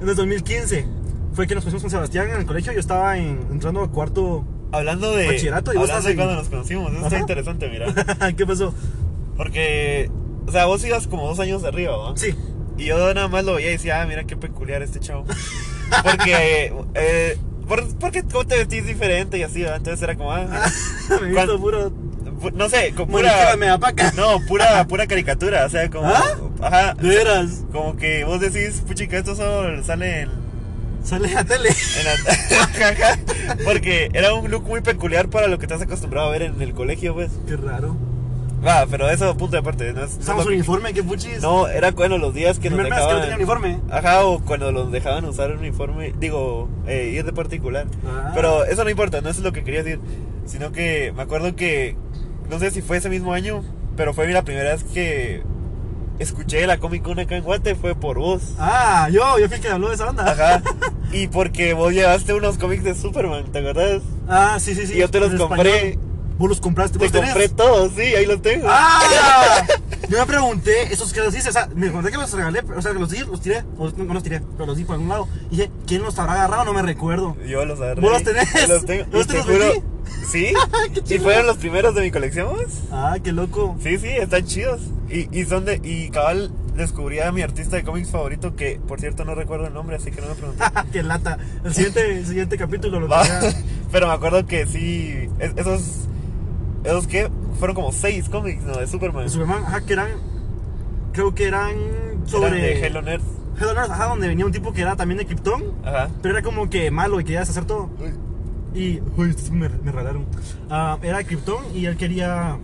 en el 2015 fue que nos pusimos con Sebastián en el colegio, yo estaba en- entrando a cuarto. Hablando de. Bachillerato, y vos hablando estás de en- cuando nos conocimos. Eso está Ajá. interesante, mira. ¿Qué pasó? Porque. O sea, vos ibas como dos años arriba, ¿va? Sí, Y yo nada más lo veía y decía, ah, mira qué peculiar este chavo. Porque. eh, por- porque cómo te vestís diferente y así, ¿va? Entonces era como, ah, mira. me he visto ¿Cuál? puro Pu- No sé, como moniquera pura. Ah. me apaca. No, pura, pura caricatura, o sea, como. ¿Ah? Ajá. De veras, Como que vos decís, puchica, esto solo sale en. sale en la tele. en la- Ajá, Porque era un look muy peculiar para lo que estás acostumbrado a ver en el colegio, pues. Qué raro. Va, pero eso, punto de parte. No, es- Usamos no, es lo uniforme, qué puchis. que- no, era cuando los días que nos Primer mes que no tenía dejaban. uniforme. Ajá, o cuando los dejaban usar uniforme, digo, eh, ir de particular. Ah. Pero eso no importa, no eso es lo que quería decir. Sino que me acuerdo que, no sé si fue ese mismo año, pero fue la primera vez que escuché la Comic Con acá en Guate, fue por vos. Ah, yo, yo fui el que habló de esa onda. Ajá. Y porque vos llevaste unos cómics de Superman, ¿te acordás? Ah, sí, sí, sí. Y yo te los en compré. español. Vos los compraste, Te vos tenés? compré todos, sí, ahí los tengo. ¡Ah! Yo me pregunté, esos que los hice, o sea, me acordé que los regalé, o sea, que los di, los tiré, o no, no los tiré, pero los di por algún lado. Y dije, ¿quién los habrá agarrado? No me recuerdo. Yo los agarré. ¿Vos los tenés? Yo Los tengo. ¿Vos te Y te los juro- vendí? ¿Sí? ¿Y fueron los primeros de mi colección? vos? Ah, qué loco. Sí, sí, están chidos. Y, y son de. Y cabal descubrí a mi artista de cómics favorito, que por cierto no recuerdo el nombre, así que no me pregunté. qué lata. El siguiente, el siguiente capítulo lo Va. tenía. Pero me acuerdo que sí. es- Esos. ¿Esos qué? Fueron como seis cómics, ¿no? De Superman. de Superman, ajá, que eran. Creo que eran Eran sobre. de Hello Nerds. Hello Earth, ajá, donde venía un tipo que era también de Krypton, Ajá. pero era como que malo y quería deshacer todo. Y, uy, estos me, me regalaron. Ah, era Krypton y él quería.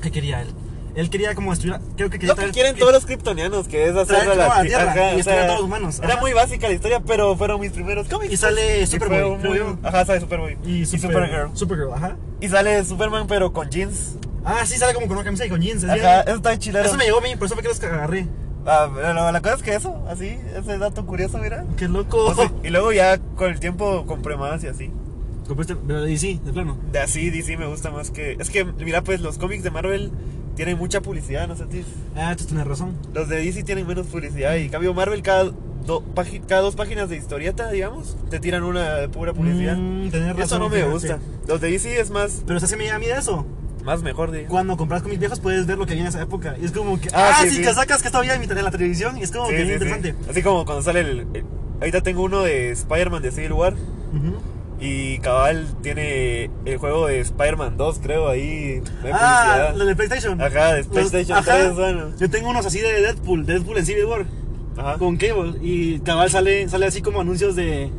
¿Qué quería él? Él quería como estudiar. Creo que quería. Lo que traer- quieren todos los kryptonianos, que es hacer Traer a como a la la Tierra y destruir a todos los humanos, Era ajá. muy básica la historia, pero fueron mis primeros cómics. Y sale pues. Superboy, fue un creo muy- yo. Ajá, sale Superboy. Y, Super- Supergirl. Supergirl, ajá. Y sale Superman, pero con jeans. Ah, sí, sale como con una camisa y con jeans. es Ajá, bien. eso está chilero. Eso me llegó a mí, por eso fue que los agarré. Ah, pero la cosa es que eso, así, ese dato curioso, mira. Qué loco. No sé, y luego ya con el tiempo compré más y así. Compraste, este, pero y sí, de plano. De así, DC me gusta más que. Es que, mira, pues los cómics de Marvel tienen mucha publicidad, ¿no sentís? Ah, tú tienes razón. Los de DC tienen menos publicidad y en cambio Marvel cada, do- pági- cada dos páginas de historieta, digamos, te tiran una de pura publicidad. Mm, tenés razón. eso no me fíjate. gusta. Los de DC es más, Pero se hace me llega a mí de eso. más mejor, digamos. Cuando compras con mis viejos puedes ver lo que había en esa época. Y es como que. Ah, Ah, sí, sí, sí. que sacas que esto había en mi- en la televisión. Y es como Sí, que bien sí, sí. interesante. Así como cuando sale el... el- ahorita tengo uno de Spider-Man de Civil War Ujú. y Cabal tiene el juego de Spider-Man 2, creo, ahí. de Ah, publicidad. los de PlayStation. Ajá, de Los- PlayStation ajá. 3, bueno. Yo tengo unos así de Deadpool, Deadpool en Civil War, Ajá. con Cable. Y cabal sale, sale así como anuncios de.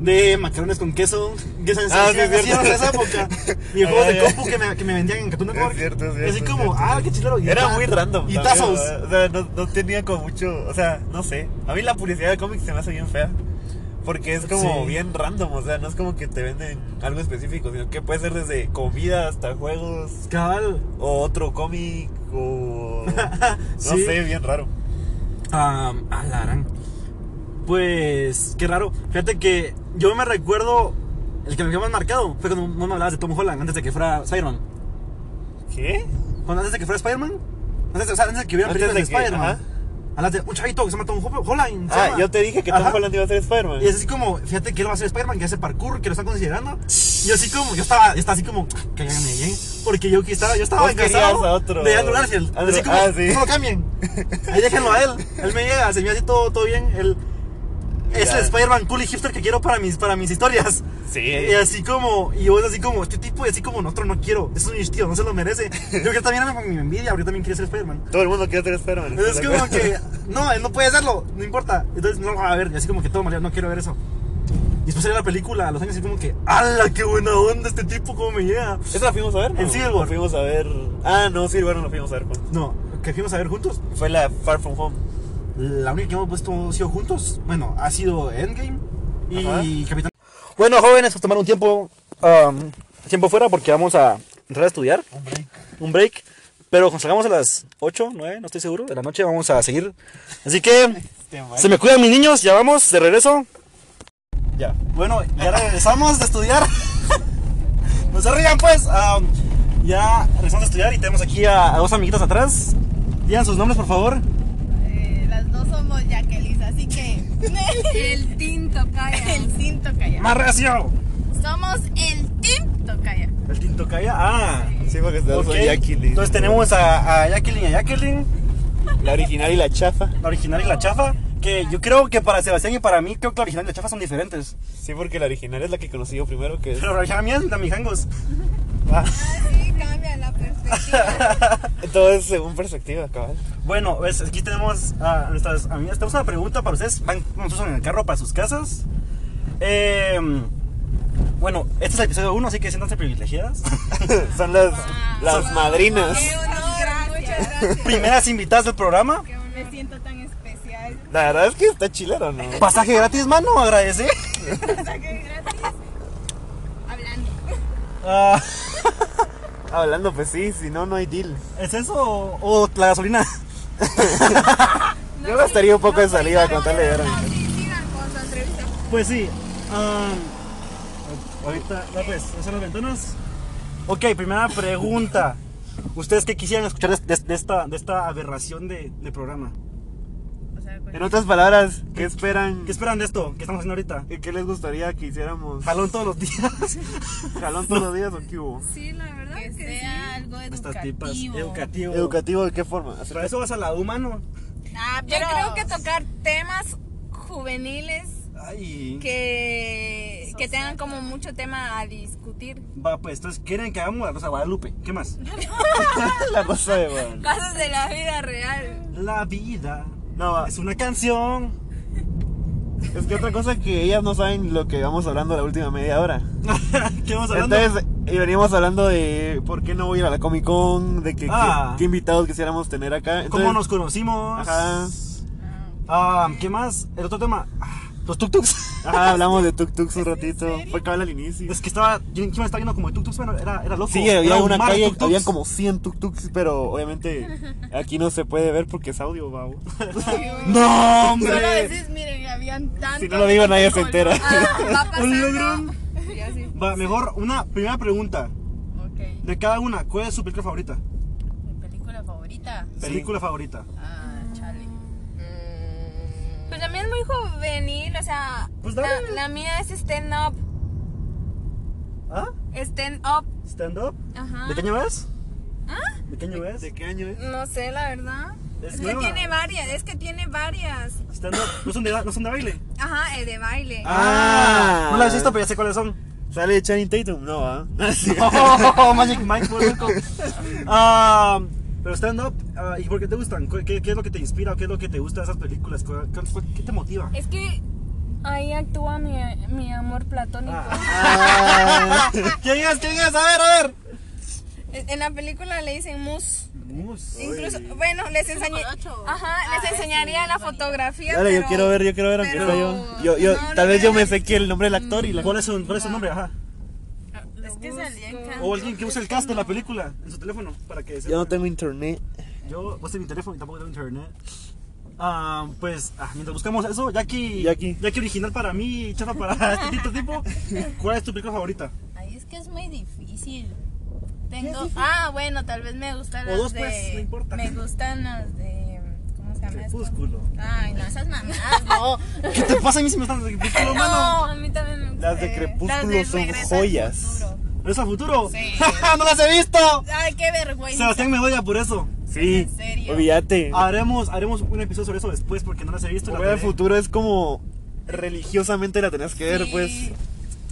De macarrones con queso. Que se Ah, sí, se- es se hacían cierto. en esa época. Y Ah, juegos de ya. compu que me, que me vendían en Cartoon Network. Es cierto, es Así cierto, como, es cierto. ah, qué chilero. Y Era ta- muy random. Y también, tazos. ¿verdad? O sea, no, no tenía como mucho. O sea, no sé. A mí la publicidad de cómics se me hace bien fea. Porque es como Sí. bien random. O sea, no es como que te venden algo específico, sino que puede ser desde comida hasta juegos. Cabal. O otro cómic. O. No Sí. sé, bien raro. Am, a la gran. Pues, qué raro. Fíjate que yo me recuerdo. El que me quedó más marcado fue cuando vos me hablabas de Tom Holland antes de que fuera Spider-Man. ¿Qué? Cuando antes de que fuera Spider-Man. Antes, o sea, antes de que hubiera Antes películas de, de que- Spider-Man. Hablas de un chavito que se llama Tom Ho- Holland. se Ah, llama. yo te dije que Tom Ajá. Holland iba a ser Spider-Man. Y es así como, fíjate que él va a ser Spider-Man, que hace parkour, que lo están considerando. Y yo así como, yo estaba, yo estaba así como, "Ah, que hagan bien. Porque yo que estaba, yo estaba Vos querías encantado a otro. de Andrew Garfield. Andrew- así como, ah, sí. no lo cambien. Ahí déjenlo a él. Él me llega, se me hace todo, todo bien. Él es Ya. el Spider-Man cool y hipster que quiero para mis, para mis historias. Sí. Y así como, y vos así como, este tipo, y así como, nosotros no quiero. Es un tío, no se lo merece. Yo que también era con mi envidia, ahorita también quiere ser Spider-Man. Todo el mundo quiere ser Spider-Man. Pero es ¿te como acuerdas? que, no, él no puede hacerlo, no importa. Entonces no lo va a ver, y así como que todo mareado, no quiero ver eso. Y después salió la película a los años, así como que, ¡ala, qué buena onda este tipo, cómo me llega! ¿Esa la fuimos a ver? no? En Civil War. La Fuimos a ver. Ah, no, Civil War no la fuimos a ver. pues. No, que fuimos a ver juntos. Fue la Far From Home. La única que hemos puesto ha sido juntos, bueno, ha sido Endgame y Ajá. Capitán. Bueno, jóvenes, vamos a tomar un tiempo, am, tiempo fuera porque vamos a entrar a estudiar. Un break. Un break. Pero cuando salgamos a las 8, 9, no estoy seguro, de la noche vamos a seguir. Así que, Este, man. se me cuidan mis niños, ya vamos, de regreso. Ya. Bueno, ya regresamos de estudiar. no se rían, pues. Am, ya regresamos a estudiar y tenemos aquí a, a dos amiguitas atrás. Digan sus nombres, por favor. Eh, las dos somos Jacqueline, así que El tinto, calla. el Team Tocaya. ¡Más recio! Somos el Team Tocaya. El Tintocaya. Ah, Sí, porque ok. estamos con Jacqueline. Entonces tenemos a, a Jacqueline y a Jacqueline, la original y la chafa. la original y la chafa. Que yo creo que para Sebastián y para mí, creo que la original y la chafa son diferentes. Sí, porque la original es la que conocí yo primero, que es. Pero la original mía es la Mijangos. Sí, cambia la perspectiva. Todo es según perspectiva, cabal. Bueno, pues, aquí tenemos a nuestras amigas. Tenemos una pregunta para ustedes. ¿Van con nosotros en el carro para sus casas? Eh, bueno, este es el episodio 1, así que siéntanse privilegiadas. Son las, las madrinas. Qué honor, muchas gracias. Primeras invitadas del programa. Me siento tan especial. La verdad es que está chilero, ¿no? Pasaje gratis, mano, agradece. Saque gratis. Hablando. Ah, Hablando, pues sí, si no, no hay deal. ¿Es eso o, o la gasolina? Yo gastaría un poco de saliva con tal de ver. No, sí, sigan con su entrevista. Pues sí. ah, ahorita, no, pues, esas son las ventanas. Ok, primera pregunta. ¿Ustedes qué quisieran escuchar de, de- de esta, de esta aberración de, de programa? O sea, con- En otras palabras, ¿qué esperan? ¿Qué esperan de esto que estamos haciendo ahorita? ¿Qué, les gustaría que hiciéramos? Jalón todos los días. ¿Jalón todos los días o qué hubo? Sí, la verdad que que, sea algo Estas tipas. educativo. Educativo. ¿Educativo de qué forma? Para eso vas a la U, mano. Ah, sí. Yo pero- creo que tocar temas juveniles Ay. que, que tengan como mucho tema a discutir. Va, pues, entonces, ¿quieren que hagamos la Rosa de Guadalupe? ¿Qué más? la cosa de Guadalupe. Casos de la vida real. La vida No, va, es una canción. es que otra cosa que ellas no saben lo que vamos hablando la última media hora. ¿Qué vamos hablando? Entonces, y veníamos hablando de por qué no voy a ir a la Comic Con, de que, Ah. qué, qué invitados quisiéramos tener acá. Entonces, ¿Cómo nos conocimos? Ajá. Ah, ¿Qué más? El otro tema. Ah, Los tuk-tuks. Ajá, hablamos de Tuk Tuks un ratito. Fue cabal al inicio. Es que estaba. Yo encima estaba viendo como de tuk-tuks, pero era, era loco. Sí, había Era un una mar de calle, tuk-tuks. habían como 100 Tuk Tuks, pero obviamente aquí no se puede ver porque es audio, babo. ¡No, Solo hombre! decís, miren, habían tantos. Si no lo digo, nadie se entera. Ah, va Un pasando. Y así. Va, mejor una primera pregunta. Ok. De cada una, ¿cuál es su película favorita? ¿Mi película favorita? Película favorita. Ah, Charlie. Mm, Pues la mía es muy juvenil, o sea, Pues la, dale. la mía es stand up, ¿Ah? stand up, ¿Stand up? ajá. ¿De qué año es? ¿Ah? ¿De qué año es? ¿De qué año es? No sé, la verdad. Es Es, que nueva. tiene varias, es que tiene varias. Stand up. ¿No son de, no son de baile? Ajá, el de baile. Ah. No las he visto, pero ya sé cuáles son. ¿Sale Channing Tatum? No, ¿ah? Oh, Magic Mike, por loco. Ah, pero stand up, ah, ¿y por qué te gustan? ¿Qué, qué- qué es lo que te inspira? ¿Qué es lo que te gusta de esas películas? ¿Cuál- cuál- cuál- ¿Qué, te motiva? Es que ahí actúa mi, mi amor platónico. Ah. ¿Quién es? ¿Quién es? A ver, a ver. En la película le dicen mus. Incluso, bueno, les enseñé, Ocho. Ah, ajá, les enseñaría la fotografía. Dale, yo pero- quiero ver, yo quiero ver, aunque pero- sea yo. Yo, yo- no, Mm. tal no, vez no, yo me no. sé que el nombre del actor y la. ¿Cuál es su, cuál es su nombre? Ajá. Es que salía en O Candy. alguien que use el cast de la película en su teléfono para que Yo no sepa. tengo internet. Yo, vos tenés mi teléfono y tampoco tengo internet. Ah, pues, ah, mientras buscamos eso, Jackie, Jackie. original para mí y chafa para este tipo, tipo. ¿Cuál es tu película favorita? Ay, es que es muy difícil. Tengo. Ah, bueno, tal vez me gustan O las dos, de. pues, no importa. Me gustan las de. ¿Cómo se llama esto? Crepúsculo. Ay, no, esas mamadas, Oh. no. ¿Qué te pasa a mí si me están de Crepúsculo, mano? No, a mí también me gusta. Las de Las Crepúsculo de son Regreso al joyas. Futuro. ¿No es a futuro? Sí. ¡No las he visto! Ay, qué vergüenza. Sebastián me odia por eso. Sí, ¿En serio? olvídate. Haremos, haremos un episodio sobre eso después porque no las he visto. y las Volver al veré. futuro es como religiosamente la tenías que ver, Sí. pues.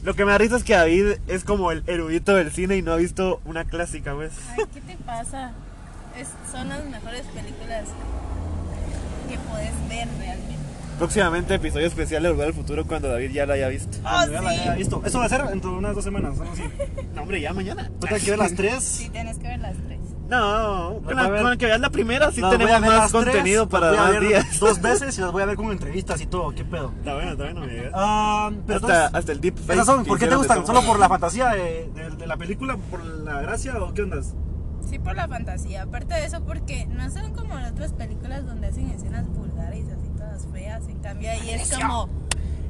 Lo que me da risa es que David es como el erudito del cine y no ha visto una clásica, pues. Ay, ¿qué te pasa? Es- son las mejores películas que puedes ver realmente. Próximamente episodio especial de Volver al Futuro cuando David ya la haya visto. Ah, Ah, no, ya la sí. había visto. Eso va a ser dentro de unas dos semanas, algo así. No, hombre, ya mañana. Yo tengo que ver las tres. Sí, tienes que ver las tres. No, Voy con a la, ver- con la que veas la primera sí Las voy a tenemos ver más las tres, contenido las para voy a más ver días. Dos veces y las voy a ver con entrevistas y todo, qué pedo. Está bueno, está bueno, amiga. Ah, pero hasta, entonces, hasta el deep fake esas son, que ¿por qué te hicieron de gustan? Tom ¿Solo por la fantasía de, de- de la película? ¿Por la gracia o qué ondas? Sí, por la fantasía. Aparte de eso, porque no son como en otras películas donde hacen escenas vulgares, así todas feas. En cambio, ahí es como.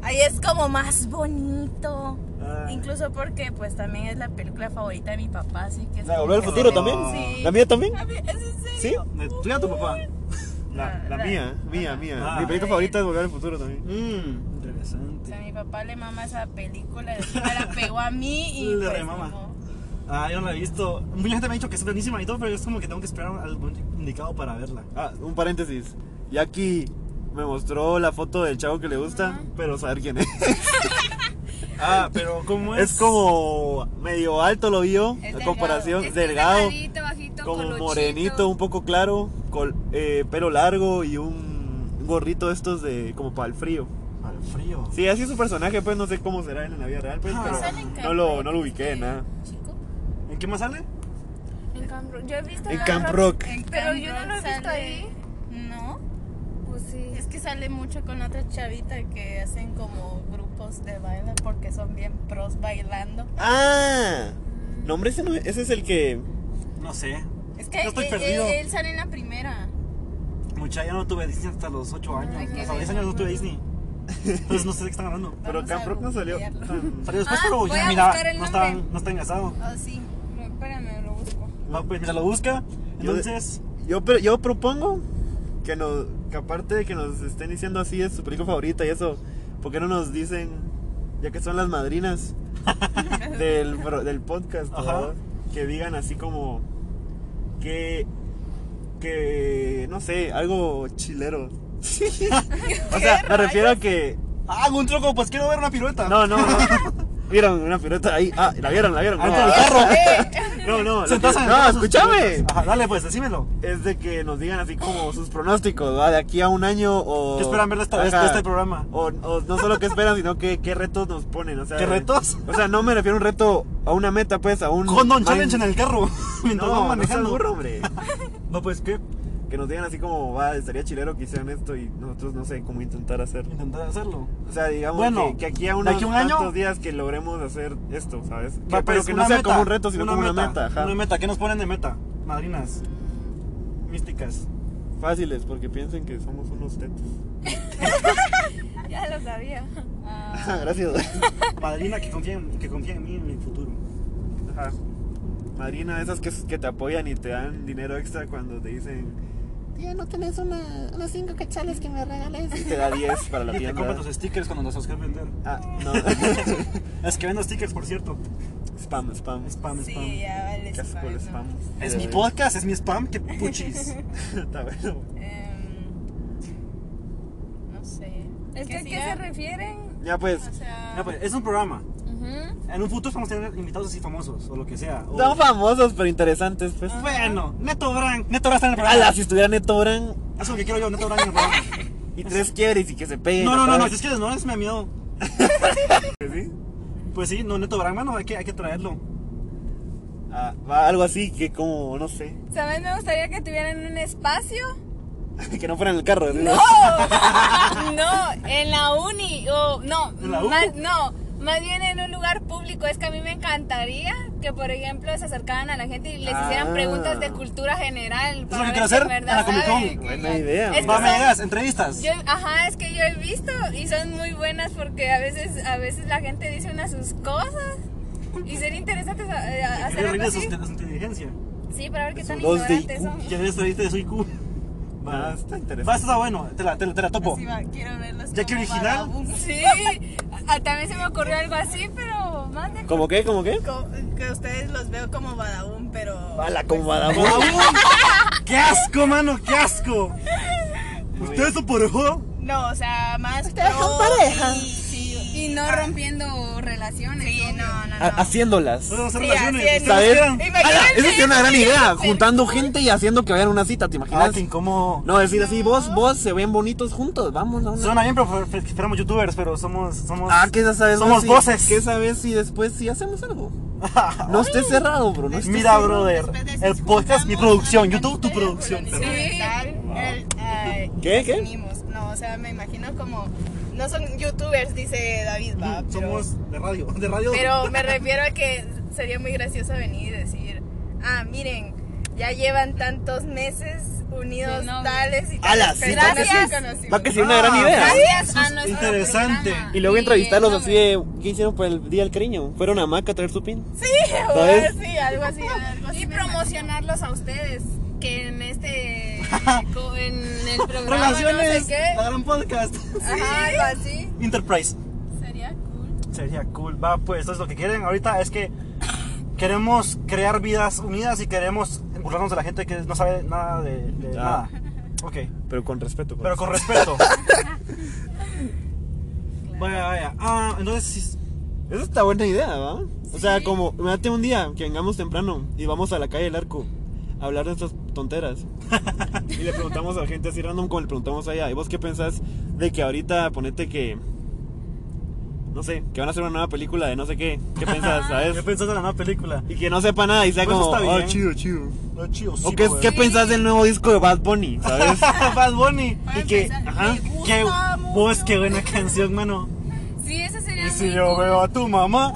Ahí es como más bonito. Ah. Incluso porque, pues, también es la película favorita de mi papá, así que. es ¿La de como Ah, Volver al que- Futuro también? Sí. ¿La mía también? Ah, A mí- ¿Es en serio? ¿Sí? ¿De tuya o tu papá? La, la Ah, mía, right. mía, mía. Ah. Mi película favorita es Volver al Futuro también. Mmm, O sea, interesante. mi papá le mama esa película, encima la pegó a mí y. Le pues, remama. como- Ah, yo no la he visto. Mucha gente me ha dicho que es buenísima y todo, pero es como que tengo que esperar al momento indicado para verla. Ah, un paréntesis. Jackie me mostró la foto del chavo que le gusta, pero saber quién es. Ah, pero ¿cómo es como medio alto lo vio, Es en delgado. comparación, Es delgado, delgadito, bajito, como colochito. morenito, un poco claro, col- eh, pelo largo y un gorrito de estos de como para el frío. Al frío. Sí, así es su personaje, pues no sé cómo será él en la vida real, pues, Ah. pero Sale en no Camp lo, Rock, no lo ubiqué, este, nada. Chico. ¿En qué más sale? En Camp Rock. Yo he visto. En la- Camp Rock. En Pero Camp yo no Rock lo he visto sale- ahí. No. Pues sí. Es que sale mucho con otra chavita que hacen como grupos de baile porque son bien pros bailando. Ah, no, hombre, ese, no, ese es el que. No sé. Es que Yo estoy él, perdido. él- él sale en la primera. Mucha, ya no tuve Disney hasta los 8 años. Ay, qué hasta los 10 bello. años no tuve Disney. Entonces no sé de qué están hablando. Pero Vamos Camp a Rock no salió. Mm, googlearlo. tan- Salió después, Ah, pero voy ya a mira, buscar el no nombre. está, no está engasado. Oh, sí. No, Ah, espérame, lo busco. Va, pues mira, lo busca. Yo- Entonces, Yo, pero yo propongo que, nos, que aparte de que nos estén diciendo así es su película favorita y eso, ¿por qué no nos dicen, ya que son las madrinas del, pro- del podcast, Ajá. ¿verdad? que digan así como que, que no sé, algo chilero? o sea, me refiero a que... ah, hago un truco, pues quiero ver una pirueta. No, no, no. Vieron una pirata ahí. Ah, la vieron, la vieron. No, Adentro del carro. no, no. lo que- Sentás en el no, carro, escúchame. Ajá, dale, pues, decímelo. es de que nos digan así como sus pronósticos, ¿va? De aquí a un año o... ¿Qué esperan ver de esta- de Ajá. este programa? O, o no solo qué esperan, sino que, qué retos nos ponen, o sea... ¿Qué retos? O sea, no me refiero a un reto, a una meta, pues, a un... Condon mind- challenge en el carro. Mientras No, van no seas manejando. burro, hombre. No, pues, ¿qué? Que nos digan así como, va, estaría chilero que hicieran esto y nosotros no sé cómo intentar hacerlo. Intentar hacerlo. O sea, digamos Bueno, que, que aquí a de unos aquí a un año- tantos días que logremos hacer esto, ¿sabes? Que- Va, pero pues, que una no sea meta, como un reto, sino como una meta, ajá. Una meta, ¿qué nos ponen de meta? Madrinas. Místicas. Fáciles, porque piensen que somos unos tetos. Ya lo sabía. Gracias. Madrina que confía, en, que confía en mí, en mi futuro. Ajá. Marina, esas que, que te apoyan y te dan dinero extra cuando te dicen, Tía, ¿no tenés una, unos cinco quetzales que me regales? te da 10 para la Y te tienda. compran tus stickers cuando los buscas vender. Ah, no. Es que vendo stickers, por cierto. spam, spam. Spam, spam. Sí, ya vale. Qué asco spam, el ¿no? spam. Es mi podcast, es mi spam, que puchis. Está bueno. Em, no sé. Es que a qué se siga? refieren. Ya pues. O sea, Ya, pues, es un programa. Ujú. En un futuro vamos a tener invitados así famosos, o lo que sea. O... Son famosos pero interesantes, pues. Bueno, Neto Bran. Neto Bran está en el programa. Ala, si estuviera Neto Bran Eso es lo que quiero yo, Neto Bran en el programa. y tres quiebres y que se peguen. No, no, no, no, ¿sabes? es que no, es mi miedo. ¿Sí? Pues sí, no, Neto Bran, mano, hay que, hay que traerlo. Ah, va, algo así que como, no sé. ¿Sabes? Me gustaría que tuvieran un espacio. Que no fuera en el carro. ¿sí? no, en la uni. O, no, ¡Oh! ¿En la U? más, no, más bien en un lugar público. Es que a mí me encantaría que, por ejemplo, se acercaran a la gente y les hicieran Ah. preguntas de cultura general. lo que ver quiero si hacer en en verdad la Comic Con. saben. Buena idea, Es que Va, me son- llegas, entrevistas. Yo, ajá, es que yo he visto y son muy buenas porque a veces, a veces la gente dice unas sus cosas y sería interesante sa- eh, a- hacer Quiero algo reír de su, así. de su inteligencia. Sí, para ver qué sus tan dos de ignorantes IQ. son. Quiero entrevista de su IQ. Ah, Va, está Va, interesante. está bueno, te la, te la, te la topo. sí, va, quiero verlos. Ya que como Ah, original. vagabundos. Sí, a- también se me ocurrió algo así, pero más de ¿Cómo qué? ¿Cómo qué? Co- Que ustedes los veo como Badabun, pero. Ala, como Badabun. ¡Badabun! ¡Qué asco, mano! ¡Qué asco! ¿Usted se parejó? No, o sea, más. Ustedes son pro pareja. Y, sí. ah. Y no rompiendo relaciones. Sí, no, no, no. Ah, Ha- haciéndolas. Podemos hacer Sí, relaciones. así es. ¿Ustedes ¿Sabes? Ah, quieran? Ala, Esa sería una gran idea, juntando gente y haciendo que vayan a una cita, ¿te Ah, imaginas? que incómodo. No, decir así, vos, vos, se ven bonitos juntos, vamos a una... Suena bien, pero fue- que fuéramos youtubers, pero somos. somos Ah, que ya sabes Somos si- voces. Que sabes si después si hacemos algo. No esté cerrado, bro. No esté Mira, cerrado. brother, Después de eso, el podcast, mi escuchamos producción, al YouTube, tu Ministerio producción. de perdón. Policía Ambiental, el, eh, ay, ¿Qué? ¿Qué? definimos. No, o sea, me imagino como. No son youtubers, dice David. va, pero- Somos de radio, de radio. Pero me refiero a que sería muy gracioso venir y decir, ah, miren, ya llevan tantos meses unidos De novios. tales y A la tales cita que personas sí. conocimos". Va que sería una gran Ah, idea. Gracias eso a es nuestro interesante. programa. Y luego Sí, entrevistarlos no, así de qué hicieron por el Día del Cariño. Fueron a Maca a traer su pin. Sí, o ¿Sabes? sí, algo así, algo así. Y me promocionarlos a ustedes. Que en este. co- en el programa. Relaciones, No sé qué. la gran podcast. Ajá, algo así. Enterprise. imagino. Sería cool. Sería cool. Va, pues eso es lo que quieren ahorita. Es que queremos crear vidas unidas y queremos burlarnos de la gente que no sabe nada de, de Ah. nada. Ok, Pero con respeto. pero con respeto. Vaya, vaya. Ah, entonces sí. Esa está buena idea, ¿va? O sea, como, date un día que vengamos temprano y vamos a la calle del arco a hablar de estas tonteras. y le preguntamos a gente así random como le preguntamos allá. ¿Y vos qué pensás de que ahorita ponete que. No sé, que van a hacer una nueva película de no sé qué. ¿Qué pensás, ¿Qué sabes? pensás de la nueva película? Y que no sepa nada y sea Pues como. está bien. "Ah, chido, chido. Lo chido, sí, o qué, pues. Ah, qué pensás del nuevo disco de Bad Bunny, ¿sabes? Bad Bunny. Para Y que, empezar, ajá, me gusta qué mucho. vos, qué buena canción, mano. Sí, esa sería. Y si muy yo cool. veo a tu mamá,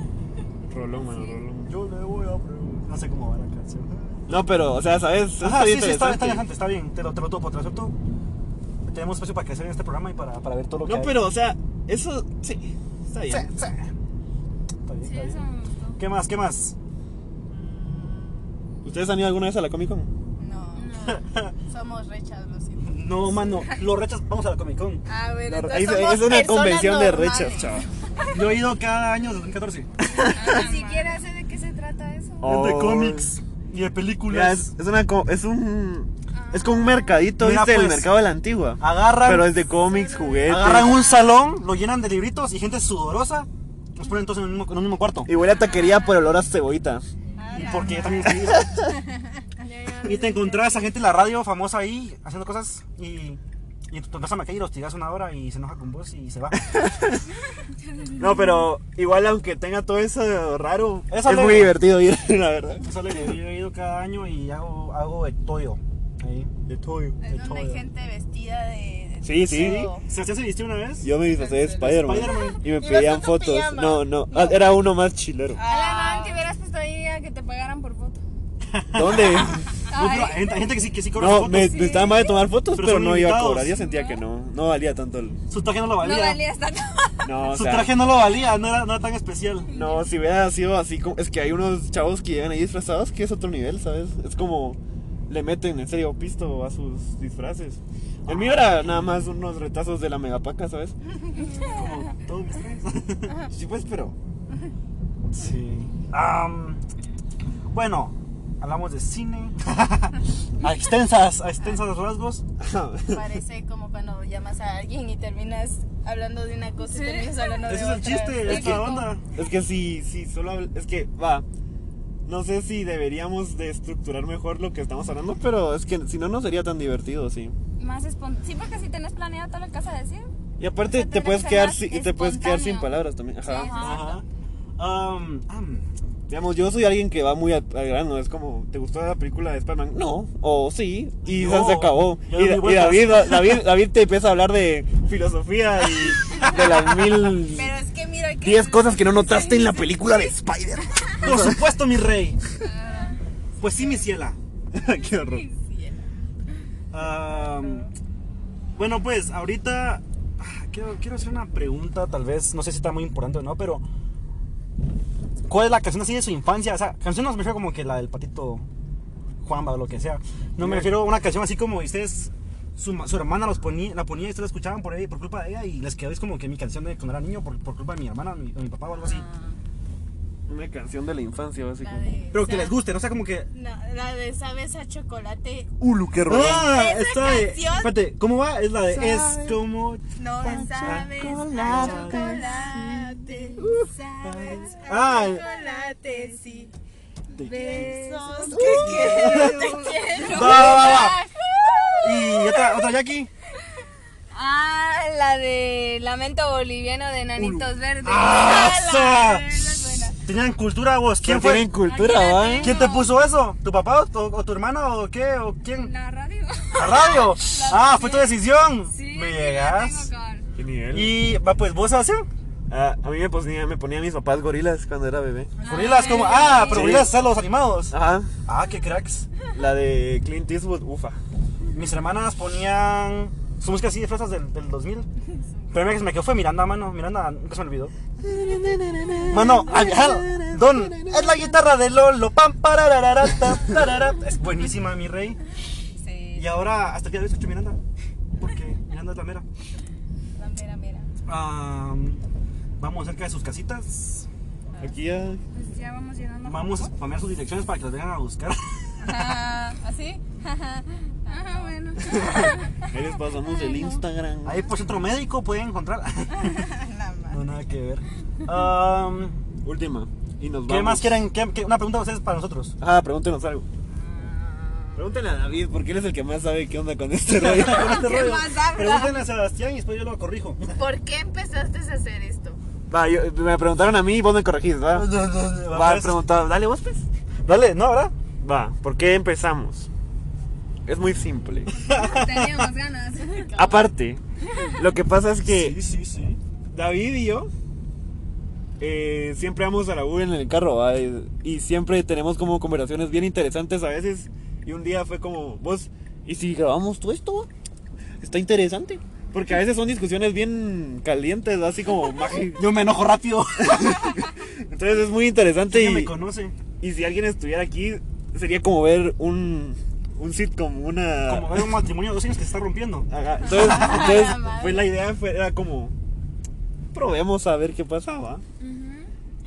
rolón, mano, rolón. yo le voy a preguntar. No sé cómo va la canción. No, pero, o sea, ¿sabes? Eso Ajá, sí, sí, está, interesante. está interesante, está bien. Te lo, te lo topo, te lo acepto. Tenemos espacio para crecer en este programa y para, para ver todo lo que No, hay. pero, o sea, eso sí, está bien. Sí, sí. Está bien, Sí, está eso bien. me gustó. ¿Qué más? ¿Qué más? ¿Ustedes han ido alguna vez a la Comic Con? No, somos rechas, lo siento. No, mano, los rechas, vamos a la Comic Con. A ver, entonces Es, somos es una personas convención de normales. rechas, chaval. Yo he ido cada año desde 2014. Ni siquiera sé de qué se trata eso. Es Oh. de cómics y de Mira, películas. es, es una co- es un es como un mercadito, Mira, ¿viste? El pues, mercado de la antigua. agarran- Pero es de cómics, juguetes. Agarran un salón, lo llenan de libritos y gente sudorosa. Los ponen todos en un mismo, en un mismo cuarto. Y huele a taquería por olor a cebollita. Porque yo también estoy Y te encontrás a gente en la radio famosa ahí haciendo cosas y, y te encontrás a Mackay y los tiras una hora y se enoja con vos y se va. No, pero igual aunque tenga todo eso raro, Es es, alegre. muy divertido ir, la verdad. Solo que yo he ido cada año y hago, hago de todo. ahí. De todo. Es donde hay gente vestida de. de Sí, sí. todo. ¿Se se vistió una vez? Yo me disfrazé de Spider-Man Spider-Man. y me Y pedían nosotros fotos. pijama. No, no, ah, era uno más chilero. Ah. Alan, Alan, te hubieras puesto ahí a que te pagaran por foto. ¿Dónde? No, pero hay gente, hay gente que sí, que sí cobra No, fotos. me, me estaba mal de tomar fotos, Pero pero, son no iba a invitados. cobrar. Yo sentía que no, no valía tanto el. Su traje no lo valía. No valías tanto. No, o Su sea, traje no lo valía, no era, no era tan especial. No, si hubiera sido así, como- es que hay unos chavos que llegan ahí disfrazados que es otro nivel, ¿sabes? Es como le meten en serio pisto a sus disfraces. El mío era nada más unos retazos de la megapaca, ¿sabes? Como todos mis trajes. Sí, pues, pero. Sí. Am, bueno, hablamos de cine. a extensas, a extensas rasgos. Parece como cuando llamas a alguien y terminas hablando de una cosa Sí. y terminas hablando de Ese es otra. el chiste, Sí, de esta onda. Es que sí, sí, solo habl- es que va. No sé si deberíamos de estructurar mejor lo que estamos hablando, pero es que si no no sería tan divertido, sí. Más espontáneo. Sí, porque si tenés planeado todo lo que vas a decir. Y aparte Eso te tendría puedes que ser quedar más sin, te puedes quedar sin espontáneo. palabras también. Ajá. Sí, Ajá. Am, am. Digamos, yo soy alguien que va muy al, al grano. Es como, ¿te gustó la película de Spider-Man? No. O sí. Y No. se acabó. Ya Y, di y vueltas. David, David, David te empieza a hablar de filosofía y de las mil Pero es que mira que. diez cosas que no notaste en la película de Spider-Man. Por supuesto, mi rey. Pues sí, mi ciela. Qué horror. Am, bueno, pues ahorita ah, quiero, quiero hacer una pregunta, tal vez, no sé si está muy importante o no, pero ¿cuál es la canción así de su infancia? O sea, canción no me refiero como que la del patito Juanba o lo que sea. No me refiero a una canción así como ustedes, su, ma- su hermana los ponía, la ponía y ustedes la escuchaban por, ella- por culpa de ella y les quedó es como que mi canción de cuando era niño por, por culpa de mi hermana o mi, o mi papá o algo así. Una canción de la infancia, La básicamente. de, Pero que les guste, no sea como que... No, la de sabes a chocolate. Ulu, qué rolón. Ah, Esa está de- canción- Espérate, ¿cómo va? Es la de... Sabe. Es como... No Pan sabes a chocolate, chocolate. Sabes a Ah. chocolate, sí. Besos que quiero, te quiero. Va, va, va, va. Y otra, otra Jackie. Ah, la de Lamento Boliviano de Nanitos Verdes. ¡Ah, Ah, esa! la- es buena. tenían cultura vos. ¿Quién No fue? tienen cultura, Aquí la va, tengo. ¿eh? ¿Quién te puso eso? ¿Tu papá o tu, o tu hermana o qué? ¿O quién? La radio. ¿La radio? Ah, fue tu decisión. Sí, Me sí, llegas. la tengo, cabrón. ¿Qué nivel? Y va, pues vos, Sebastián. Ah, a mí me ponía- me ponían mis papás gorilas cuando era bebé. Gorilas, como. Ah, pero Sí. gorilas están los animados. Ajá. Ah, qué cracks. La de Clint Eastwood, ufa. Mis hermanas ponían su música así de fresas del, del 2000. Pero me- me quedó fue Miranda, mano. Miranda nunca se me olvidó. Mano, ajá, Don, es la guitarra de Lolo. Pam, pararara, ta, tarara. Es buenísima, mi rey. Sí, Y ahora, hasta el día de hoy escucho Miranda. Porque Miranda es la mera. la mera, mera. Ah, vamos cerca de sus casitas. Aquí ya. Pues ya vamos llenando. Vamos a spamear sus direcciones para que las vengan a buscar. Ajá, ¿Así? Ajá, Ah, bueno. Ahí les pasamos el Instagram. Ahí por centro médico pueden encontrar. La ma- No, nada que ver. Ah, Última. Y nos ¿Qué vamos. más quieren? ¿Qué- qué- una pregunta a ustedes para nosotros. Ah, pregúntenos algo. Pregúntenle a David, porque él es el que más sabe qué onda con este rollo. Con este rollo. más habla? Pregúntenle a Sebastián y después yo lo corrijo. ¿Por qué empezaste a hacer esto? Va, yo- me preguntaron a mí y vos me corregís, ¿va? Va, Pues, preguntado. Dale vos, pues. Dale, ¿no, verdad? Va, ¿por qué empezamos? Es muy simple. Teníamos ganas. Aparte, lo que pasa es que sí, sí. David y yo eh, siempre vamos a la U en el carro ¿va? Y, y siempre tenemos como conversaciones bien interesantes a veces. Y un día fue como, vos, ¿y si grabamos todo esto? Está interesante. Porque a veces son discusiones bien calientes, ¿va? así como maje. Yo me enojo rápido. Entonces es muy interesante. Sí. Y, me conoce. y si alguien estuviera aquí, sería como ver un, un sitcom, una. Como ver un matrimonio de dos años que se está rompiendo. Ajá, Entonces, entonces La madre. pues la idea fue, era como, probemos a ver qué pasaba.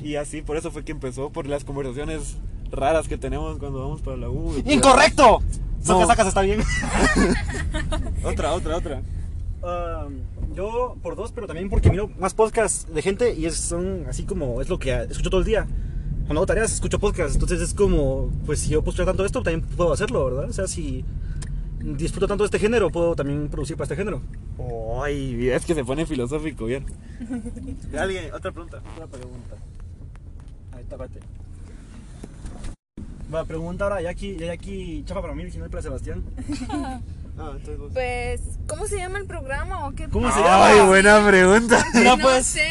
Y así, por eso fue que empezó, por las conversaciones raras que tenemos cuando vamos para la U. ¡Incorrecto! Sacas, No. sacas, está bien. Otra, otra, otra. Um, yo por dos, pero también porque miro más podcasts de gente y es, son así como, es lo que escucho todo el día. Cuando hago tareas, escucho podcasts. Entonces es como, pues si yo posteo tanto esto, también puedo hacerlo, ¿verdad? O sea, si disfruto tanto de este género, puedo también producir para este género. Ay, es que se pone filosófico, bien. Alguien, otra pregunta. Una pregunta. Ahí tápate. Va, pregunta ahora, Jackie, Jackie, chapa para mí, original para Sebastián. Ah, entonces vos. Pues, ¿cómo se llama el programa o qué? Ah, ¿Cómo se llama? Ay, buena pregunta. No, No, pues. sé.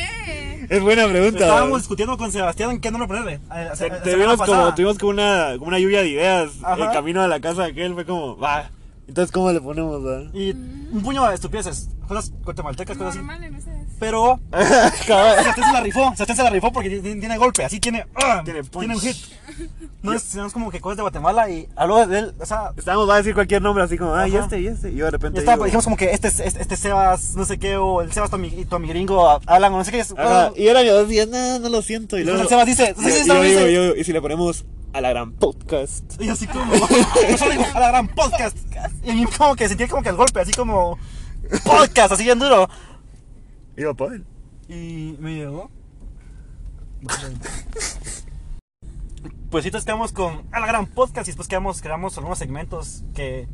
Es buena pregunta. Estábamos discutiendo con Sebastián qué nombre ponerle. A- a- Te- a- te semana vimos como, pasada. tuvimos como una, como una lluvia de ideas. Ajá. El camino a la casa de aquel fue como, va. Entonces, ¿cómo le ponemos? va? Y un puño de estupideces, cosas guatemaltecas, cosas así. Normal en ustedes. Pero Cabal. Sebastián se la rifó, Sebastián se la rifó porque tiene, tiene golpe, así tiene, ah, Tiene punch. un hit. No es, no es como que cosas de Guatemala y habló de él, o sea, Estábamos, va a decir cualquier nombre así como, ah, y Ajá. este, y este. Y yo de repente. ya está, digo, dijimos como que este, este, este Sebas, no sé qué, o el Sebas, tu, ami- tu amigringo, hablan o no sé qué. es- Ajá, ah, y era yo decía, no, no lo siento. Y Entonces luego el Sebas dice, sí, sí, yo- yo sí, digo, sí. yo, y si le ponemos a la gran podcast. Y así como, yo solo digo, a la gran podcast. Y a mí como que sentí como que el golpe, así como, podcast, así bien duro. Y yo, pues. Y me llegó. Pues entonces quedamos con a la gran podcast y después quedamos, creamos algunos segmentos que.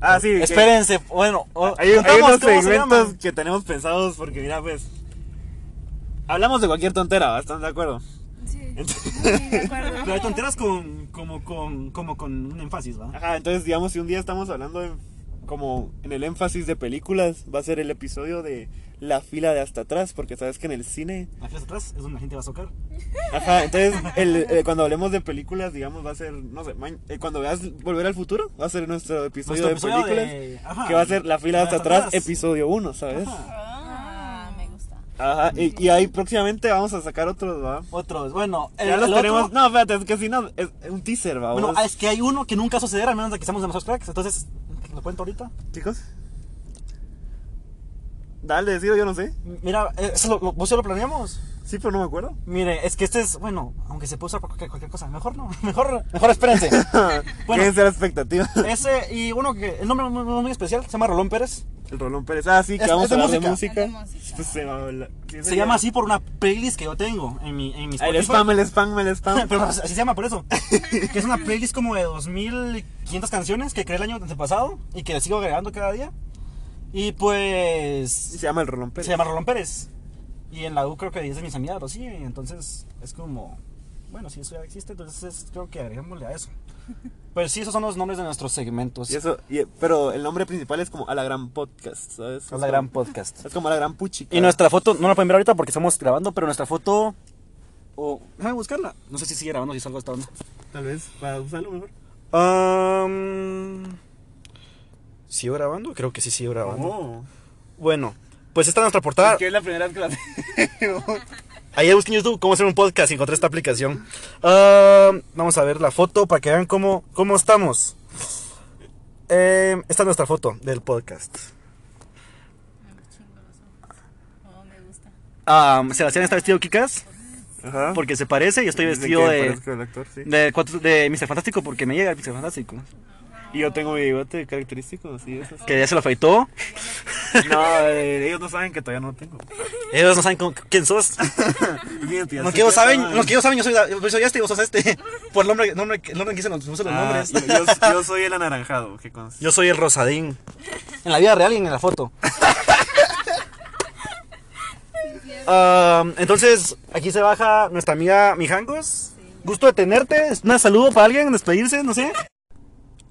Ah, sí. que- Espérense, bueno, o- Hay, hay contamos unos cómo se segmentos llaman. que tenemos pensados porque, mira, pues. Hablamos de cualquier tontera, ¿va? ¿están de acuerdo? Sí. Entonces- de acuerdo. Pero hay tonteras con, como, con, como con un énfasis, ¿va? Ajá, entonces, digamos, si un día estamos hablando en- como en el énfasis de películas, va a ser el episodio de la fila de hasta atrás, porque sabes que en el cine Aquí atrás es donde la gente va a socar. Ajá, entonces el, eh, cuando hablemos de películas, digamos, va a ser, no sé, ma- eh, cuando veas Volver al Futuro, va a ser nuestro episodio Nuestro de episodio películas, de- ajá. que va a ser La fila hasta Hasta atrás, atrás. episodio 1, ¿sabes? Ajá, Ah, me gusta. y, y ahí próximamente vamos a sacar otros, ¿va? Otros, bueno, el- ya los el otro- tenemos, no, espérate, es que si no, es un teaser, ¿va? bueno, vos? ah, es que hay uno que nunca sucederá, al menos de que seamos demasiados cracks. Entonces, ¿lo cuento ahorita? Chicos. Dale, decido, yo no sé. Mira, eh, eso lo- lo- ¿vos ya lo planeamos? Sí, pero no me acuerdo. Mire, es que este es, bueno, aunque se puede usar para cualquier, cualquier cosa, mejor no, mejor, mejor espérense. Bueno. Quédense a la expectativa. Ese y uno que, el nombre muy, muy- muy especial, se llama Rolón Pérez. El Rolón Pérez. Ah, sí, que Es- vamos es a de hablar música. de Es de música. música. Pues se va a hablar. Sí, Se señor. llama así por una playlist que yo tengo en mi, en mi Ah, El Spotify. spam, el spam, el spam. Pero así se llama por eso. que es una playlist como de 2500 canciones que creé el año antepasado y que sigo agregando cada día. Y Se pues, llama el Rolón Pérez. se llama Rolón Pérez. Y en la U creo que es de mis amigas, sí, entonces es como Bueno, sí, eso ya existe, entonces creo que agreguémosle a eso. Pero sí, esos son los nombres de nuestros segmentos. Y eso, y- pero el nombre principal es como a la gran podcast, ¿sabes? es la gran podcast. Es como a la gran puchi. Y nuestra foto, no la pueden ver ahorita porque estamos grabando, pero nuestra foto. O. déjame buscarla. No sé si sigue grabando, si salgo hasta dónde. Tal vez para usarlo mejor. Um, ¿Sigo grabando? Creo que sí, sigo grabando. Bueno, pues esta es nuestra portada. Que Oh. es la primera vez que la Ayer busqué en YouTube cómo hacer un podcast y encontré esta aplicación. Ah, vamos a ver la foto para que vean cómo, cómo estamos. Eh, esta es nuestra foto del podcast. Oh, me gusta. Ah, Sebastián está vestido Kikas Ajá. porque se parece. Yo estoy Dicen vestido que de, parezco el actor, sí. de, cuatro- de Mr. Fantástico porque me llega el Mr. Fantástico. Y yo tengo mi bigote característico, así es. así. Que ya se lo afeitó. No, eh, ellos no saben que todavía no lo tengo. Ellos no saben con- quién sos. Los que, no no saben, los que no saben, yo soy, yo soy este y vos sos este. Por el nombre, nombre, el nombre que dicen los, puso los Ah, nombres. yo, yo- yo soy el anaranjado. Que con... Yo soy el Rosadín. En la vida real y en la foto. Um, entonces, aquí se baja nuestra amiga Mijangos. Gusto de tenerte. Un saludo para alguien, despedirse, no sé.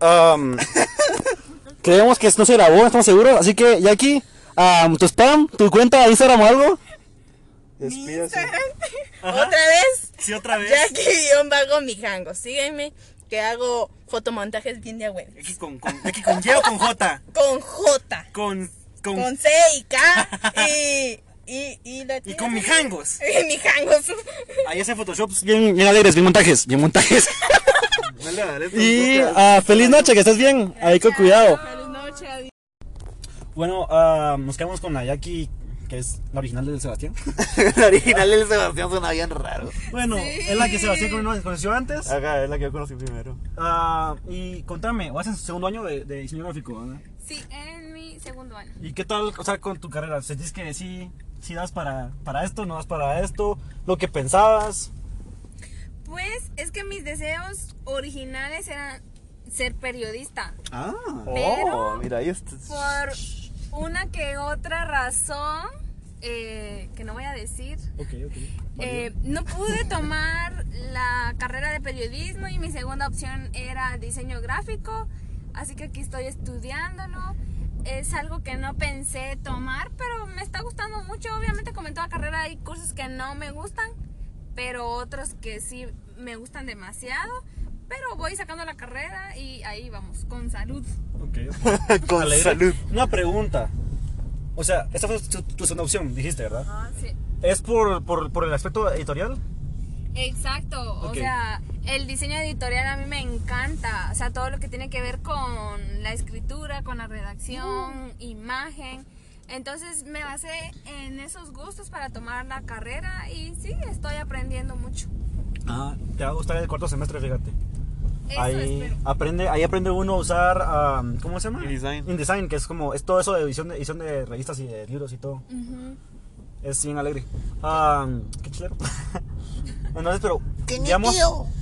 Um, creemos que no se grabó, estamos seguros. Así que, Jackie, um, tu spam, tu cuenta de Instagram o algo. Otra vez, Sí, otra Jackie-Bago Mijango. Sígueme, que hago fotomontajes bien de agüero. Jackie con, con, Jackie con Y o con J. Con J, Con, con, con C y K y. Y, y, la y con Mijangos. Y Mijangos. Ahí hacen photoshops bien, bien alegres, bien montajes, bien montajes. pues, Y ah, feliz noche, que estés bien. Ahí con cuidado. Feliz noche, adiós. Bueno, ah, nos quedamos con la Jackie, que es la original del Sebastián. El original del Sebastián suena bien raro. Bueno, es la que Sebastián cono- conoció antes. Acá es la que yo conocí primero. Ah, y contame, vas en su segundo año de, de diseño gráfico, ¿verdad? Sí, en mi segundo año. ¿Y qué tal, o sea, con tu carrera? ¿Sentís que sí, sí das para, para esto, no das para esto? ¿Lo que pensabas? Pues es que mis deseos originales eran ser periodista. Ah, Pero- mira, ahí está. Por una que otra razón, eh, que no voy a decir, Ok, ok. eh, no pude tomar la carrera de periodismo y mi segunda opción era diseño gráfico, así que aquí estoy estudiándolo. Es algo que no pensé tomar, pero me está gustando mucho. Obviamente, como en toda carrera hay cursos que no me gustan, pero otros que sí me gustan demasiado. Pero voy sacando la carrera y ahí vamos, con salud. Ok. Con Alegre. salud. Una pregunta. O sea, esta fue tu, tu segunda opción, dijiste, ¿verdad? Sí. ¿Es por, por, por el aspecto editorial? Exacto, Ok. o sea, el diseño editorial a mí me encanta, o sea, todo lo que tiene que ver con la escritura, con la redacción, Mm. imagen. Entonces me basé en esos gustos para tomar la carrera y sí, estoy aprendiendo mucho. Ah, te va a gustar el cuarto semestre, fíjate. Eso ahí, espero. aprende, ahí aprende uno a usar, ah, ¿cómo se llama? InDesign. InDesign, que es como, es todo eso de edición de, edición de revistas y de libros y todo. Ujú. Es bien alegre. Ah, qué chilero. Entonces, pero, digamos,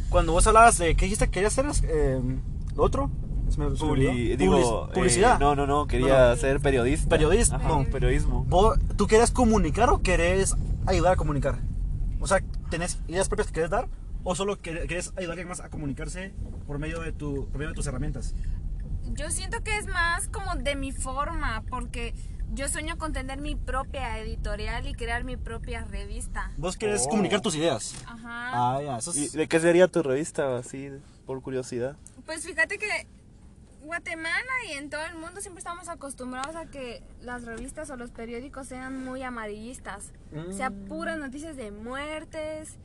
cuando vos hablabas de, ¿qué dijiste? ¿Querías hacer eh, lo otro? Se me- se me olvidó. Publi- digo, Public- eh, publicidad. no, no, no, quería ser periodista. Periodista, Ajá, no. periodismo. ¿Vos- ¿Tú querés comunicar o querés ayudar a comunicar? O sea, ¿tenés ideas propias que querés dar? ¿O solo quer- querés ayudar a alguien más a comunicarse por medio de, tu, por medio de tus herramientas? Yo siento que es más como de mi forma, porque yo sueño con tener mi propia editorial y crear mi propia revista. ¿Vos querés Oh. comunicar tus ideas? Ajá. Ah, ya, eso ¿Y es... de qué sería tu revista, así, por curiosidad? Pues fíjate que Guatemala y en todo el mundo siempre estamos acostumbrados a que las revistas o los periódicos sean muy amarillistas. O sea, puras noticias de muertes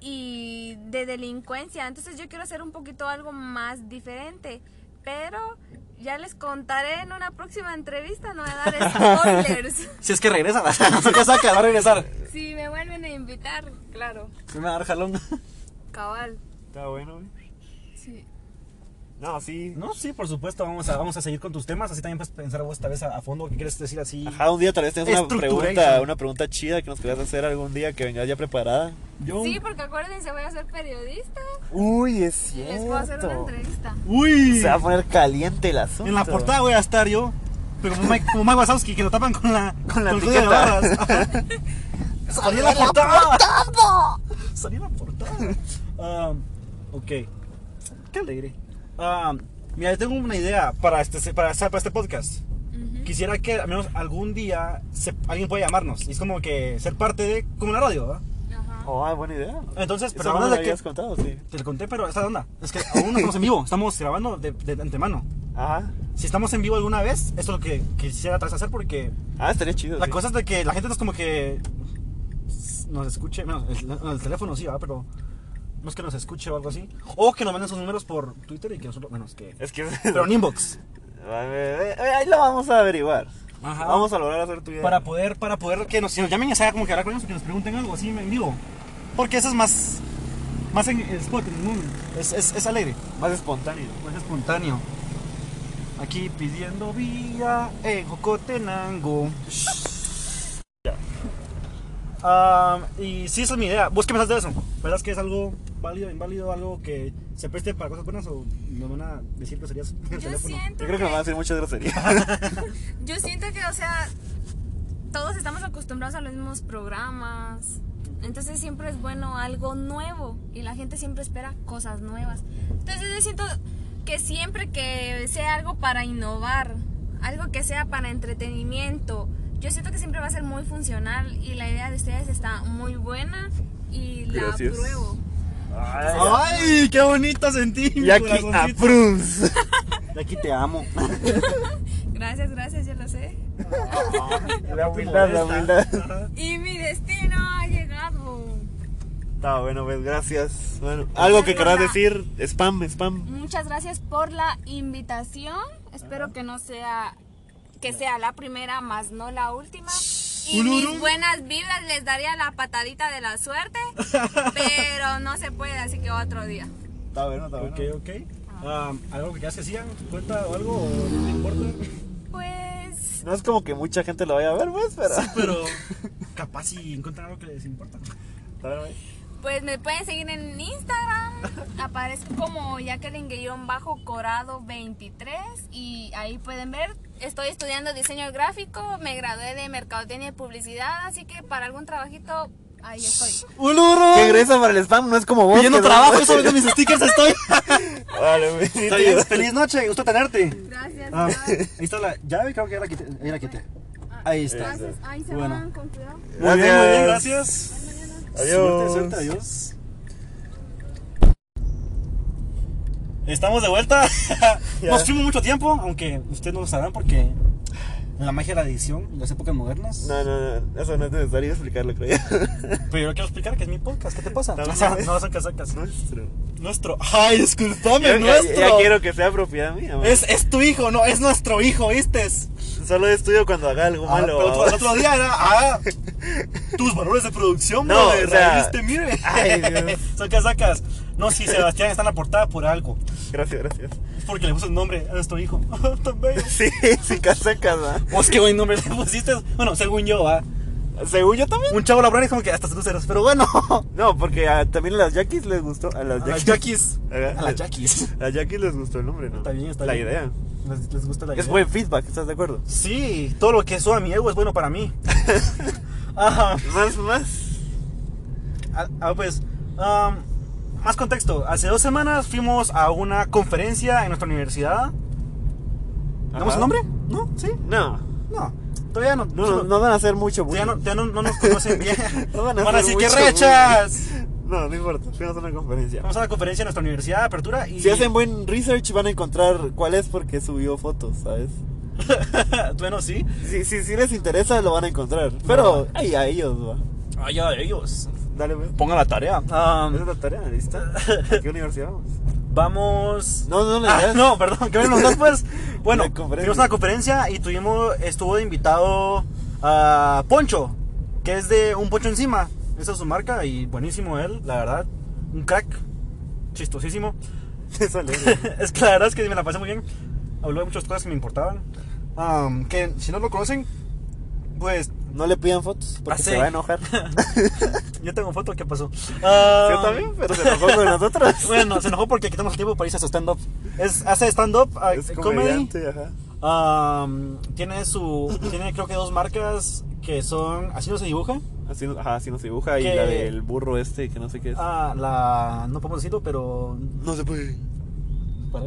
y de delincuencia. Entonces yo quiero hacer un poquito algo más diferente. Pero ya les contaré en una próxima entrevista, no voy a dar spoilers. Si es que regresa, ya sabe que va a regresar. si me vuelven a invitar, claro. Se me va a dar jalón. Cabal. Está bueno, güey. Sí. No, sí. No, sí, por supuesto, vamos a, vamos a seguir con tus temas. Así también puedes pensar vos esta vez a, a fondo qué quieres decir así. Ajá, un día tal vez tengas una Estructuration. pregunta, una pregunta chida que nos quieras hacer algún día que vengas ya preparada. Yo- Sí, porque acuérdense, voy a ser periodista. Uy, es Les puedo hacer una entrevista. ¡Uy! Se va a poner caliente el asunto. En la portada voy a estar yo, pero como Mike, como Mike Wazowski, que lo tapan con la, Con la el código de etiqueta. barras. Ajá. ¡Salí en la portada! ¡Salí en la portada! Um, ok. Qué alegre. Um, mira, yo tengo una idea para este, para, esta- para este podcast. Quisiera que al menos algún día se- alguien pueda llamarnos. Y es como que ser parte de. como la radio, ¿verdad? Ajá. Oh, ah, buena idea. Entonces, Eso pero no me hablando lo de que- habías contado, sí. Te lo conté, pero esa onda. Es que aún no estamos en vivo, estamos grabando de, de antemano. Ajá. Si estamos en vivo alguna vez, esto es lo que quisiera tras hacer porque Ah, estaría chido. la sí. cosa es de que la gente no es como que nos escuche, bueno, el, el teléfono sí, ¿verdad? pero no es que nos escuche o algo así. O que nos manden sus números por Twitter y que nosotros, bueno, es que... Es que. Pero en inbox. Eh, eh, Ahí lo vamos a averiguar. Ajá. Vamos a lograr hacer tu idea. Para poder, para poder que nos, si nos llamen y sea como que hablar con ellos, que nos pregunten algo así en vivo. Porque eso es más, más en el spot, en el mundo. Es, es, es alegre. Más espontáneo. Pues espontáneo. Aquí pidiendo vía en Jocotenango. Ya. Am, y sí, esa es mi idea. ¿Vos qué pensás de eso? ¿Verdad que es algo válido, inválido, algo que se preste para cosas buenas o nos van a decir groserías en el Yo teléfono? siento Yo creo que me va a hacer muchas groserías. Yo siento que, o sea, todos estamos acostumbrados a los mismos programas. Entonces siempre es bueno algo nuevo y la gente siempre espera cosas nuevas. Entonces yo siento que siempre que sea algo para innovar, algo que sea para entretenimiento, yo siento que siempre va a ser muy funcional y la idea de ustedes está muy buena y la Gracias. apruebo. ¡Ay, qué bonito sentí! mi Y aquí a corazoncito. Prunz. Y aquí te amo. Gracias, gracias, yo lo sé. La humildad, la humildad. Y mi destino ha llegado. Está bueno, pues gracias. Bueno, algo que querrás Hola. decir, spam, spam. Muchas gracias por la invitación. Espero que no sea que sea la primera más no la última. Y mis buenas vibras les daría la patadita de la suerte, pero no se puede, así que otro día. Está bueno, está Ok, ok. Am, ¿Algo que quieras que sigan? ¿Cuenta o algo? ¿O no te importa? Pues No es como que mucha gente lo vaya a ver, pues, pero. Sí, pero capaz si encuentran algo que les importa. Está bueno, güey. pues me pueden seguir en Instagram. Aparezco como Jacqueline-Corado 23 y ahí pueden ver. Estoy estudiando diseño gráfico, me gradué de mercadotecnia y publicidad, así que para algún trabajito ahí estoy. ¡Un oro! Que ingresa para el spam, no es como vos. que no- de mis stickers estoy. Vale, güey. Está bien, feliz noche, gusto tenerte. Gracias. Ah, ahí está la llave, creo que ya la quité. Ahí la quité. Ahí está. Ah, Gracias. Ahí se Bueno. van con cuidado. Muy bien, muy bien, gracias. Suerte, Adiós. suerte, adiós. Estamos de vuelta. Nos fuimos mucho tiempo, aunque ustedes no lo sabrán porque la magia de la edición en las épocas modernas. No, no, no, eso no es necesario explicarlo, creo yo. Pero yo quiero explicar que es mi podcast, ¿qué te pasa? No, O sea, no, es- no, son casacas. Nuestro. Nuestro. Ay, discúlpame, Yo ya, nuestro. ya quiero que sea propiedad mía. man. es, es tu hijo, no, es nuestro hijo, ¿viste? Solo estudio cuando haga algo Ah, malo. pero otro- babos. el otro día era. Ah, tus valores de producción, No, no, o sea, mire. ay, Dios. Son casacas. No, sí, Sebastián está en la portada por algo. Gracias, gracias. Es porque le puso el nombre a nuestro hijo. Tan bello. Sí, sí, casacas, ¿no? Vos qué buen nombre le pusiste. Bueno, según yo, ah. Según yo también. Un chavo laboral es como que hasta cruceros, pero bueno. No, porque a- también a las Jackies les gustó. A las A las Jackies. Jackies. Ajá. A las Jackies. A las Jackies les gustó el nombre, ¿no? Está bien, está La bien. idea. Les, les gusta la idea. Es buen feedback, ¿estás de acuerdo? Sí, todo lo que suba a mi ego es bueno para mí. Ajá. Más, más. Ah, ah, pues, am, más contexto. Hace dos semanas fuimos a una conferencia en nuestra universidad. ¿Damos Ajá. el nombre? ¿No? ¿Sí? No, No. Todavía no. no, no, no van a hacer mucho bullying. Todavía no, todavía no- no nos conocen bien. No van van a, a decir, hacer ¡qué mucho bullying". rechas! No, no importa. Fuimos a una conferencia. Vamos a la conferencia en nuestra universidad de apertura y... Si hacen buen research van a encontrar cuál es porque subió fotos, ¿sabes? bueno, sí. Si, si, si les interesa lo van a encontrar. Pero ahí a ellos va. Ay, ay, ellos. Dale, pues. güey. Pongan la tarea. Am, Esa es la tarea, ¿listo? ¿A qué universidad vamos? vamos... No, no, no. Ah, no, perdón, que me preguntás, pues. Bueno, ¿eh? La conferencia. tuvimos una conferencia y tuvimos, estuvo de invitado a Poncho, que es de Un Poncho Encima. Esa es su marca y buenísimo él, la verdad. Un crack, chistosísimo. Eso le- es que la verdad es que me la pasé muy bien. Habló de muchas cosas que me importaban. Um, Am, que si no lo conocen, pues No le pidan fotos porque Ah, sí. se va a enojar. yo tengo foto que pasó. Am, Yo también, pero se enojó con nosotros. Bueno, se enojó porque quitamos el tiempo para irse a su stand-up. Es- Hace stand-up, ah, Es comedy. comediante, ajá. Am, tiene su. Tiene creo que dos marcas que son. Así no se dibuja. Así, nos- ajá, así nos dibuja. ¿Qué? Y la del burro este, que no sé qué es. Ah, la. No podemos decirlo, pero. No se puede. para-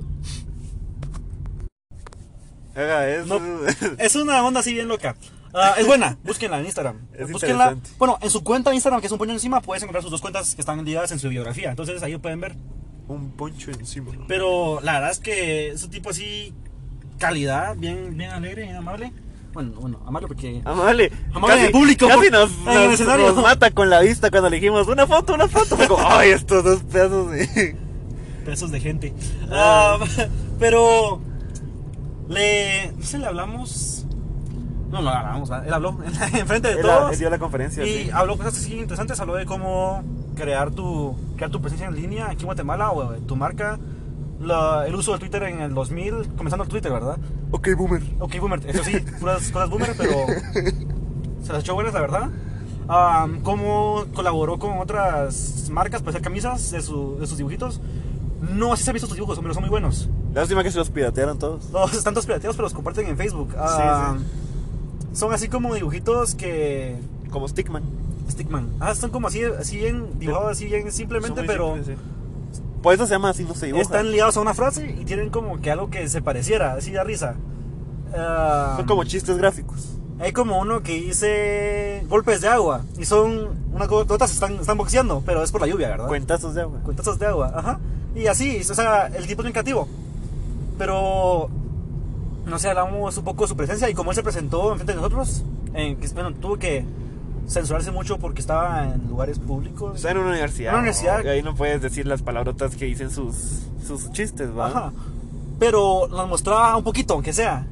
Haga eso. No. Es una onda así bien loca. Ah, es buena, búsquenla en Instagram. Es búsquenla. interesante. Bueno, en su cuenta de Instagram, que es un puño encima, puedes encontrar sus dos cuentas que están ligadas en su biografía. Entonces ahí pueden ver. Un poncho encima. Pero la verdad es que es un tipo así, calidad, bien, bien alegre, bien amable. Bueno, bueno, amable porque. Amable. Amable casi, de público, Casi pues, nos, en el nos, escenario. nos mata con la vista cuando le dijimos una foto, una foto. Fue como, ay, estos dos pedazos de. Pesos de gente. Ah, pero. Le. No sé, le hablamos. No, no le hablamos, ¿verdad? él habló enfrente de Él, todos. él dio la conferencia. Y sí. habló cosas así interesantes, habló de cómo crear tu, crear tu presencia en línea aquí en Guatemala o eh, tu marca, la- el uso de Twitter en el 2000, comenzando el Twitter, ¿verdad? Ok, boomer. Ok, boomer, eso sí, puras cosas boomer, pero se las echó buenas, la verdad. Am, cómo colaboró con otras marcas para hacer camisas de, su- de sus dibujitos. No sé si han visto sus dibujos, pero son muy buenos. Lástima que se los piratearon todos. Los están todos pirateados, pero los comparten en Facebook. Am, Son así como dibujitos que Como Stickman. Stickman. Ah, están como así, así bien dibujados, así bien simplemente, Son muy pero simples, sí. Por eso se llama así, no se dibuja. están ligados a una frase y tienen como que algo que se pareciera, así da risa. Ah, Son como chistes gráficos. Hay como uno que dice golpes de agua y son unas gotas están, están boxeando, pero es por la lluvia, ¿verdad? Cuentazos de agua. Cuentazos de agua, ajá. Y así, o sea, el tipo es bien creativo. Pero, no sé, hablamos un poco de su presencia y cómo él se presentó enfrente de nosotros. En, que, bueno, tuvo que censurarse mucho porque estaba en lugares públicos. Está en una universidad. Una universidad. ¿no? Y ahí no puedes decir las palabrotas que dicen sus, sus chistes, ¿va? Ajá. Pero nos mostraba un poquito, aunque sea.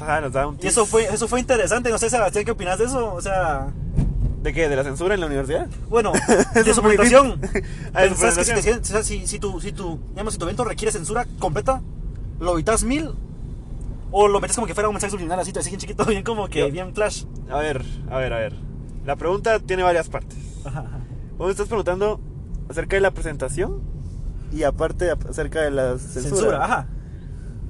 Ajá, nos da un Y tip. eso fue, eso fue interesante. No sé, Sebastián, ¿qué opinas de eso? O sea, ¿De qué? ¿De la censura en la universidad? bueno, Eso de es su muy presentación. difícil. Ah, de su ¿Sabes que si, te, presentación. o sea, si, si tu, si tu, digamos, si tu evento requiere censura completa, lo evitas mil o lo metes como que fuera un mensaje subliminal así, te siguen chiquito, bien como que Yo- bien flash. A ver, a ver, a ver. La pregunta tiene varias partes. Ajá, ajá. Vos me estás preguntando acerca de la presentación y aparte ap- acerca de la censura. Censura. ajá.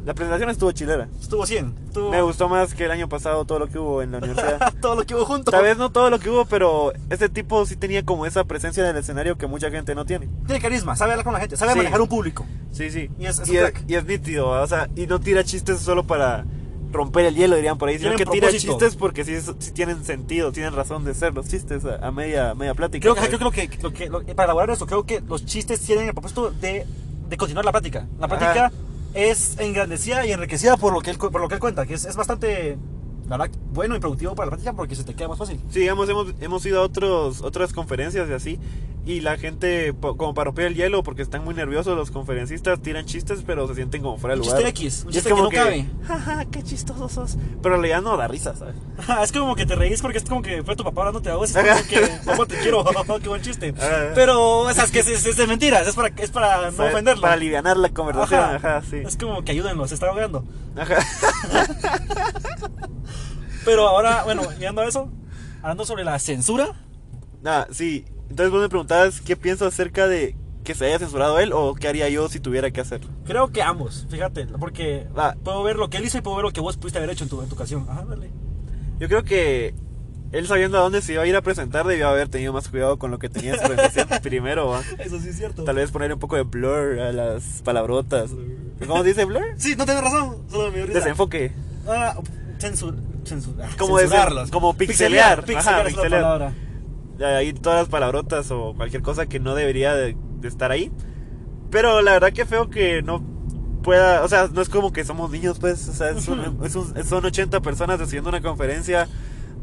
La presentación estuvo chilera. Estuvo 100. Estuvo Me gustó más que el año pasado todo lo que hubo en la universidad. todo lo que hubo junto. Tal vez no todo lo que hubo, pero este tipo sí tenía como esa presencia en el escenario que mucha gente no tiene. Tiene carisma, sabe hablar con la gente, sabe Sí. manejar un público. Sí, sí. Y es- es y, un es, crack. y es nítido, ¿va? o sea, y no tira chistes solo para romper el hielo, dirían por ahí, sino Tienen que tira propósito. chistes porque sí, es- sí tienen sentido, tienen razón de ser los chistes a, a media, a media plática. Creo que, creo que, lo que, lo que- lo- para elaborar eso, creo que los chistes tienen el propósito de, de continuar la plática. La Ajá. plática es engrandecida y enriquecida por lo que él, cu- por lo que él cuenta, que es, es bastante, la verdad, bueno y productivo para la plática porque se te queda más fácil. Sí, digamos, hemos, hemos ido a otros, otras conferencias y así, y la gente, po- como para romper el hielo, porque están muy nerviosos, los conferencistas tiran chistes, pero se sienten como fuera de Un lugar. chiste X, un Y chiste es como que no cabe. Jaja, qué chistoso sos. Pero en realidad no da risa, ¿sabes? Ajá, Ah, es como que te reís porque es como que fue tu papá hablándote a vos. Es Ajá. como que, papá, te quiero, qué buen chiste. Ajá. Pero esas que es, es- es de mentiras, es para, es para no Para- ofenderlo. Para aliviar la conversación, Ajá. ajá, sí. Es como que ayúdenlo, se está ahogando. Ajá. Pero ahora, bueno, llegando a eso, hablando sobre la censura. Ah, sí. Entonces vos me preguntabas qué pienso acerca de que se haya censurado él o qué haría yo si tuviera que hacerlo. Creo que ambos, fíjate, porque Va. puedo ver lo que él hizo y puedo ver lo que vos pudiste haber hecho en tu, en tu ocasión. Ajá, dale. Yo creo que él sabiendo a dónde se iba a ir a presentar debió haber tenido más cuidado con lo que tenía en su presentación primero. ¿va? Eso sí es cierto. Tal vez ponerle un poco de blur a las palabrotas. ¿Cómo se dice blur? Sí, no tenés razón, solo me dio risa. Desenfoque. Ah, censur, censur, ah, Como censurarlos. desen- como pixelear. Ajá, Pixelear, es la pixelear. palabra. Ahí todas las palabrotas o cualquier cosa que no debería de, de estar ahí. Pero la verdad que feo que no pueda, o sea, no es como que somos niños, pues, o sea, es un- es un- son 80 personas haciendo una conferencia.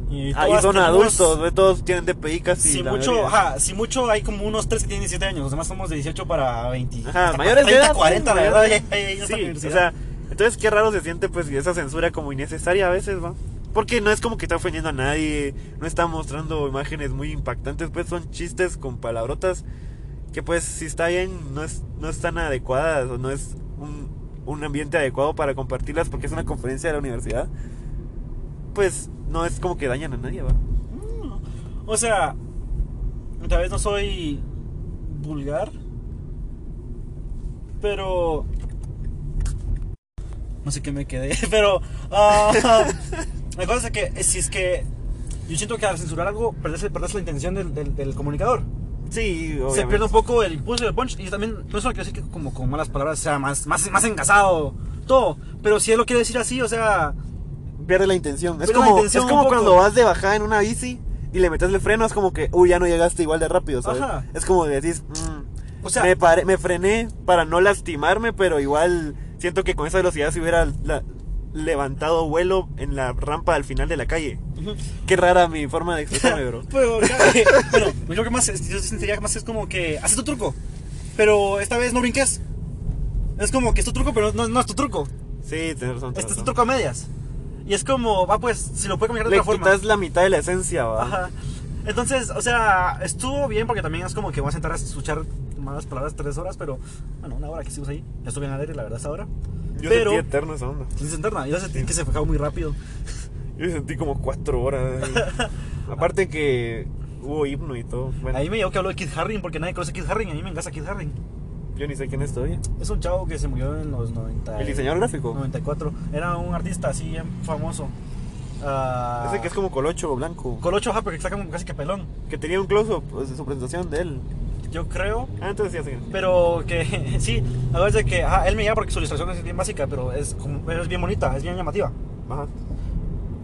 Y Ahí todas Ah, son tenemos- adultos, güey, todos tienen DPI casi. Si la mucho, mayoría. ajá, si mucho hay como unos 3 que tienen 17 años, los demás somos de 18 para 20. Ajá, hasta mayores de 30, edad. 40, la mayores verdad, de ya, edad. ya, ya está en la Sí, o universidad. sea, entonces qué raro se siente pues esa censura como innecesaria a veces, ¿va? Porque no es como que está ofendiendo a nadie, no está mostrando imágenes muy impactantes, pues son chistes con palabrotas que pues si está bien no es no están adecuadas o no es un, un ambiente adecuado para compartirlas porque es una conferencia de la universidad. Pues no es como que dañan a nadie, ¿va? O sea, tal vez no soy vulgar, pero... No sé qué me quedé, pero... ah, la cosa es que si es que yo siento que al censurar algo perdés, perdés la intención del, del- del comunicador. Sí, Se pierde un obviamente. poco el impulso del punch y también, por eso no quiero decir que como con malas palabras sea más, más, más engasado, todo. Pero si él lo quiere decir así, o sea, Pierde la intención. Es Pierde la como, intención es un como poco. cuando vas de bajada en una bici y le metes el freno, es como que, uy, ya no llegaste igual de rápido, ¿sabes? Ajá. Es como que decís, mm, O sea- me, paré- me frené para no lastimarme, pero igual siento que con esa velocidad si hubiera la- levantado vuelo en la rampa al final de la calle. Qué rara mi forma de expresarme, bro. Pero, bueno, yo creo que más, es- yo sentiría que más es como que haces tu truco, pero esta vez no brinques. Es como que es tu truco, pero no, no es tu truco. Sí, tenés razón. Este tenés es tu razón. truco a medias. Y es como, va pues, si lo puede comunicar de Le otra forma. quitas la mitad de la esencia, va. Ajá. Entonces, o sea, estuvo bien porque también es como que vas a entrar a escuchar malas palabras tres horas, pero bueno, una hora que estuvimos ahí. Ya estuve bien alegre, la verdad, esa hora. Yo pero, sentí eterno esa onda. sin interna, yo sentí que se fue muy rápido. Yo sentí como cuatro horas. Aparte que hubo himno y todo. Bueno, Ahí me llegó que habló de Kid Haring porque nadie conoce a Kid Haring. A mí me encanta Kid Haring. yo ni sé quién es todavía. Es un chavo que se murió en los 90. El diseñador gráfico. 94. Era un artista así bien famoso. Ah, Ese que es como colocho blanco. Colocho, ajá, porque está como casi que pelón. Que tenía un close-up pues, de su presentación de él. Yo creo. Ah, entonces ya sé quién es. Pero que sí, a veces que ajá, él me llama porque su ilustración es bien básica, pero es, como- pero es bien bonita, es bien llamativa. Ajá.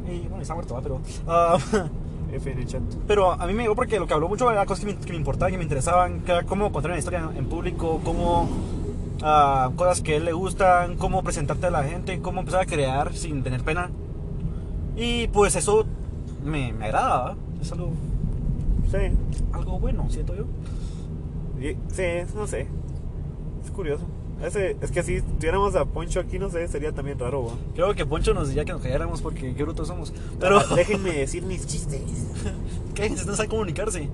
Y bueno, está muerto, ¿va? pero. ah, F en el chat. pero a mí me llegó porque lo que habló mucho era cosas que me, que me importaban, que me interesaban, que era cómo contar una historia en público, cómo. ah, cosas que a él le gustan, cómo presentarte a la gente, cómo empezar a crear sin tener pena. Y pues eso me, me agrada, ¿va? es algo, Sí. algo bueno, siento yo. Y- Sí, no sé. Es curioso. Ese, es que si tuviéramos a Poncho aquí, no sé, sería también raro, va. Creo que Poncho nos diría que nos calláramos porque qué brutos somos. Pero. Ah, Déjenme decir mis chistes. ¿Qué? No sabe comunicarse.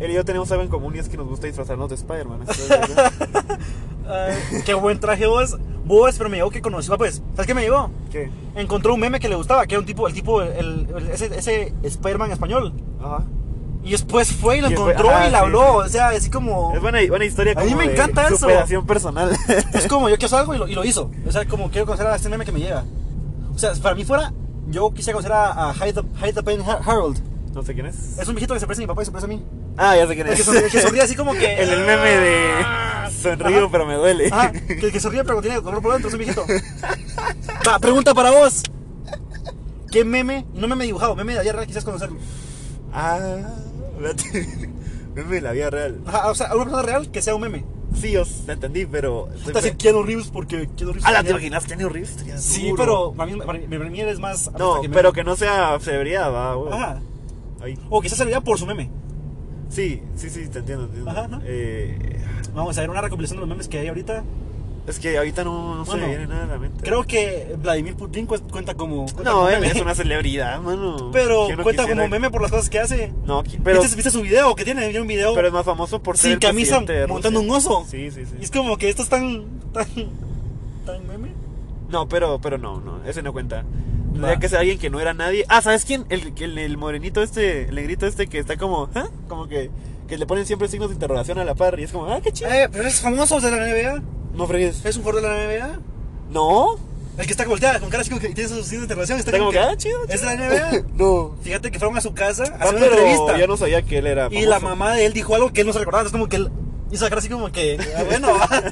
Él y yo tenemos algo en común y es que nos gusta disfrazarnos de Spider-Man. Eso es verdad. Ay, qué buen traje vos. Vos, pero me llegó que conoció. ah, Pues, ¿sabes qué me llegó? ¿Qué? Encontró un meme que le gustaba, que era un tipo, el tipo, el, el- ese, ese Spider-Man español. Ajá. Y después fue y lo Y después- encontró ajá, y le sí, habló. sí. O sea, así como. Es buena, buena historia. A mí como me de encanta eso. Superación personal. Es como yo quiero hacer algo y lo, y lo hizo. O sea, como quiero conocer a este meme que me llega. O sea, para mí fuera, yo quisiera conocer a, a Hide, the, Hide the Pain Har- Harold. no sé quién es. Es un viejito que se parece a mi papá y se parece a mí. Ah, ya sé quién El es. que sonríe, el que sonríe así como que. El, el meme de sonrío, Ajá. pero me duele. Ah, que, que sonríe pero tiene color por dentro, es un viejito. Va, pregunta para vos. ¿Qué meme? No meme dibujado, meme de ayer real quizás conocerlo. Ah, espérate. Meme de la vida real. Ajá, o sea, una persona real que sea un meme. Sí, yo s- entendí, pero. Está decir Keanu Reeves porque Keanu Reeves. Ah, la es te genial. imaginas, Keanu Reeves. Estaría Sí, duro. pero para mí, para mí- para mí eres más. artista No, meme. pero que no sea celebridad, va, güey. Ajá. Ay. O quizás sería por su meme. Sí, sí, sí, te entiendo. te entiendo. Ajá, ajá. Eh, Vamos a ver una recopilación de los memes que hay ahorita. es que ahorita no, no se Bueno, me viene nada a la mente. Creo que Vladimir Putin cu- cuenta como. cuenta No, como él meme. es una celebridad, mano. Pero ¿Quién no cuenta quisiera- como meme por las cosas que hace. No, qui- pero, ¿Viste, viste su video que tiene? Tiene un video. pero es más famoso por ser. Sin el camisa, presidente de montando Rusia. un oso. Sí, sí, sí. Y es como que esto es tan. tan. tan meme. No, pero, pero no, no, ese no cuenta. Va. Tendría que ser alguien que no era nadie. Ah, ¿sabes quién? El, el, el morenito este, el negrito este que está como, ¿ah? Como que, que le ponen siempre signos de interrogación a la par y es como, ah, qué chido. Eh, pero es famoso de la NBA. No fregues. Es un jugador de la NBA. No. El que está volteada con cara así como que tiene sus signos de interrogación. Está, Está como que, ah, chido. Es de chido. la NBA. no. Fíjate que fueron a su casa a Ah, hacer una pero entrevista. yo no sabía que él era. y la famoso. mamá de él dijo algo que él no se recordaba. Es como que él hizo la cara así como que. ah, bueno,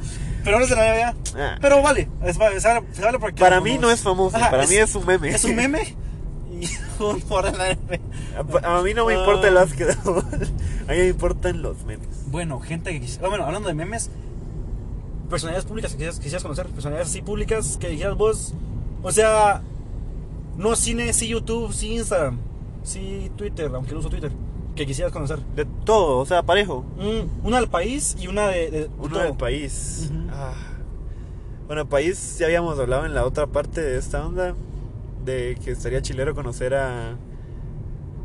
pero no es de la NBA. Ah. Pero vale. es- se vale, se vale porque Para mí no es famoso, Ajá, para mí es un meme. Es un meme. Y un jugador de la NBA. A, a mí no me importa el Ah. básquetbol. A mí me importan los memes. Bueno, gente que quisiera- Bueno, hablando de memes, personalidades públicas que quisieras, quisieras conocer, personalidades así públicas que dijeras vos. O sea, no cine, sí YouTube, sí Instagram, sí Twitter, aunque no uso Twitter, que quisieras conocer. De todo, o sea, parejo. Mm, una del país y una de. de- Uno todo. del país. Ujú. Ah. Bueno, país ya habíamos hablado en la otra parte de esta onda. De que estaría chilero conocer a.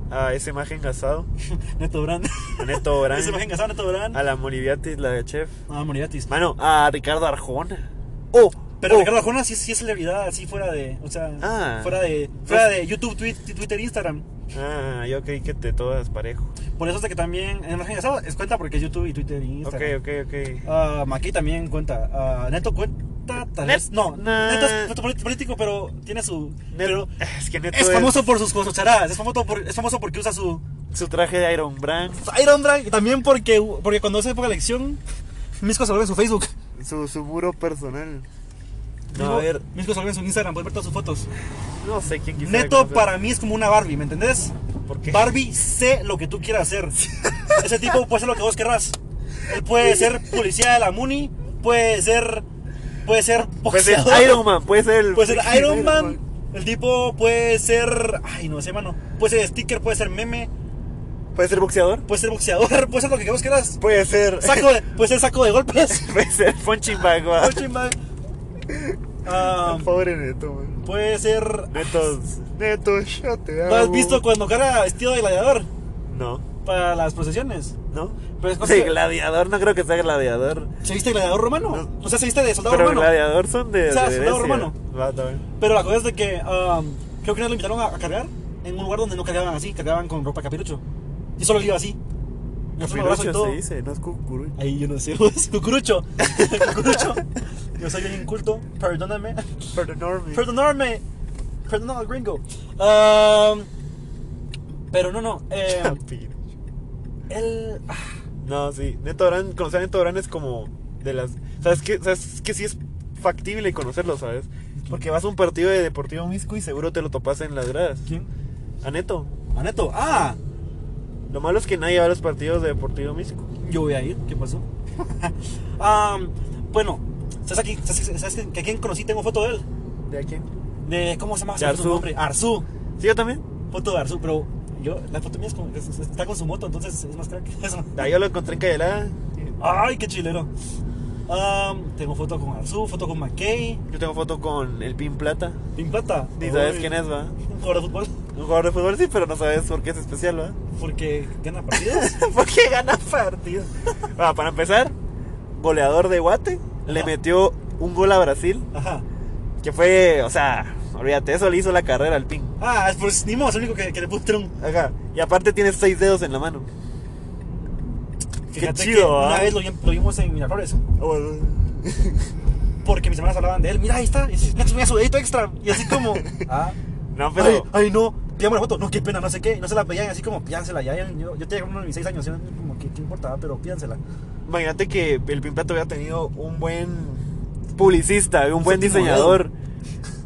A esa imagen gasado. Neto Brand. A Neto Brand. Esa imagen casada, Neto Brand. A la Moliviatis, la de Chef. Ah, Moriatis. Mano, a Ricardo Arjona. Oh, Pero oh, Ricardo Arjona sí, es- sí es celebridad, así fuera de. O sea, Ah. fuera de. Fuera de YouTube, Twi- Twitter, Instagram. Ah, yo creí que te todas parejo. Por eso hasta que también. En Imagen Casada es cuenta porque es YouTube y Twitter y Instagram. Ok, ok, ok. Ah, Maki también cuenta. Ah, Neto cuenta tal vez. No, Nah. Neto es pol- político, pero tiene su. Pero es que Neto es famoso por sus cosocharadas. Es famoso, por- es famoso porque usa su. su traje de Iron Brand, Iron Drag. También porque, porque cuando hace época de elección, Misco se lo ve en su Facebook. su, su muro personal. No, Digo, a ver, Misco se lo ve en su Instagram, puedes ver todas sus fotos. no sé quién quisiera Neto conocer. para mí es como una Barbie, ¿me entendés? ¿Por qué? Barbie, sé lo que tú quieras hacer. Ese tipo puede ser lo que vos querrás. Él puede ser policía de la MUNI, puede ser. Puede ser Puede ser boxeador, Iron Man, puede ser el. Puede ser freaking Pues Iron Man. El tipo puede ser. Ay, no sé, mano. Puede ser sticker, puede ser meme, Puede ser boxeador. puede ser boxeador, puede ser lo que vos querrás. Puede ser. Saco de- puede ser saco de golpes. puede ser punching bag, va. Ah, Pobre Neto, man. puede ser. Neto, Neto, yo te ¿No has amo. visto cuando carga vestido de gladiador No, para las procesiones? no. Pero es cosa- Sí, gladiador, no creo que sea gladiador. ¿Se viste de gladiador romano? No. O sea, se viste de soldado Pero romano. gladiador son de. O sea, de soldado Grecia. romano. Va, está bien. Pero la cosa es de que um, creo que nos lo invitaron a, a cargar en un lugar donde no cargaban así, cargaban con ropa capirucho. Y solo iba así. Y así me abrazo y Cucurucho todo. se dice, no es cucurucho. Ahí yo no sé, es cucurucho. cucurucho. Yo soy bien inculto, perdóname. Perdóname. Perdonarme. Perdona al gringo. Um, pero no, no. Eh, él. ah, No, sí. Neto Brand, conocer a Neto Brand es como de las. ¿Sabes qué? ¿Sabes qué? Sí es factible conocerlo, ¿sabes? Porque vas a un partido de Deportivo Misco y seguro te lo topas en las gradas. ¿Quién? A Neto. Aneto. Ah, Lo malo es que nadie va a los partidos de Deportivo Misco. yo voy a ir. ¿Qué pasó? Um, bueno, ¿sabes, aquí, sabes, sabes que, que a quién conocí? Tengo foto de él. ¿De aquí? De, ¿Cómo se llama? De Se me fue su Arzú. nombre? Arzú. Sí, yo también. Foto de Arzú, pero yo, la foto mía es como, es- es- está con su moto, entonces es más crack. Eso. Ahí Ah, yo lo encontré en Cayalá. Ay, qué chilero. Um, tengo foto con Arzú, foto con McKay, Yo tengo foto con el Pin Plata. Pin Plata. Ni sabes Ay, quién es, va. Un jugador de fútbol, Un jugador de fútbol, sí, pero no sabes por qué es especial, va. porque gana partidos. ¿Por qué gana partido? Va, Ah, para empezar, goleador de Guate. Le Ajá. metió un gol a Brasil. Ajá. Que fue, o sea, olvídate, eso le hizo la carrera al pin. Ah, es por ni modo, es el único que, que le puso un. Ajá. Y aparte tiene seis dedos en la mano. Fíjate chido, que ¿ah? Una vez lo, vi- lo vimos en Miraflores, porque mis hermanas hablaban de él. Mira, ahí está, y así, mira, tenía su dedito extra. Y así como, ah, No, pero, pero. ay, ay, no, pídame la foto. No, qué pena, no sé qué. Y No se la pedían, así como, pídansela. Ya, ya, yo, yo tenía como unos 16 años, y era como, que qué importaba? Pero pídansela. Imagínate que el Pin Plata hubiera tenido un buen publicista, un buen séptimo diseñador.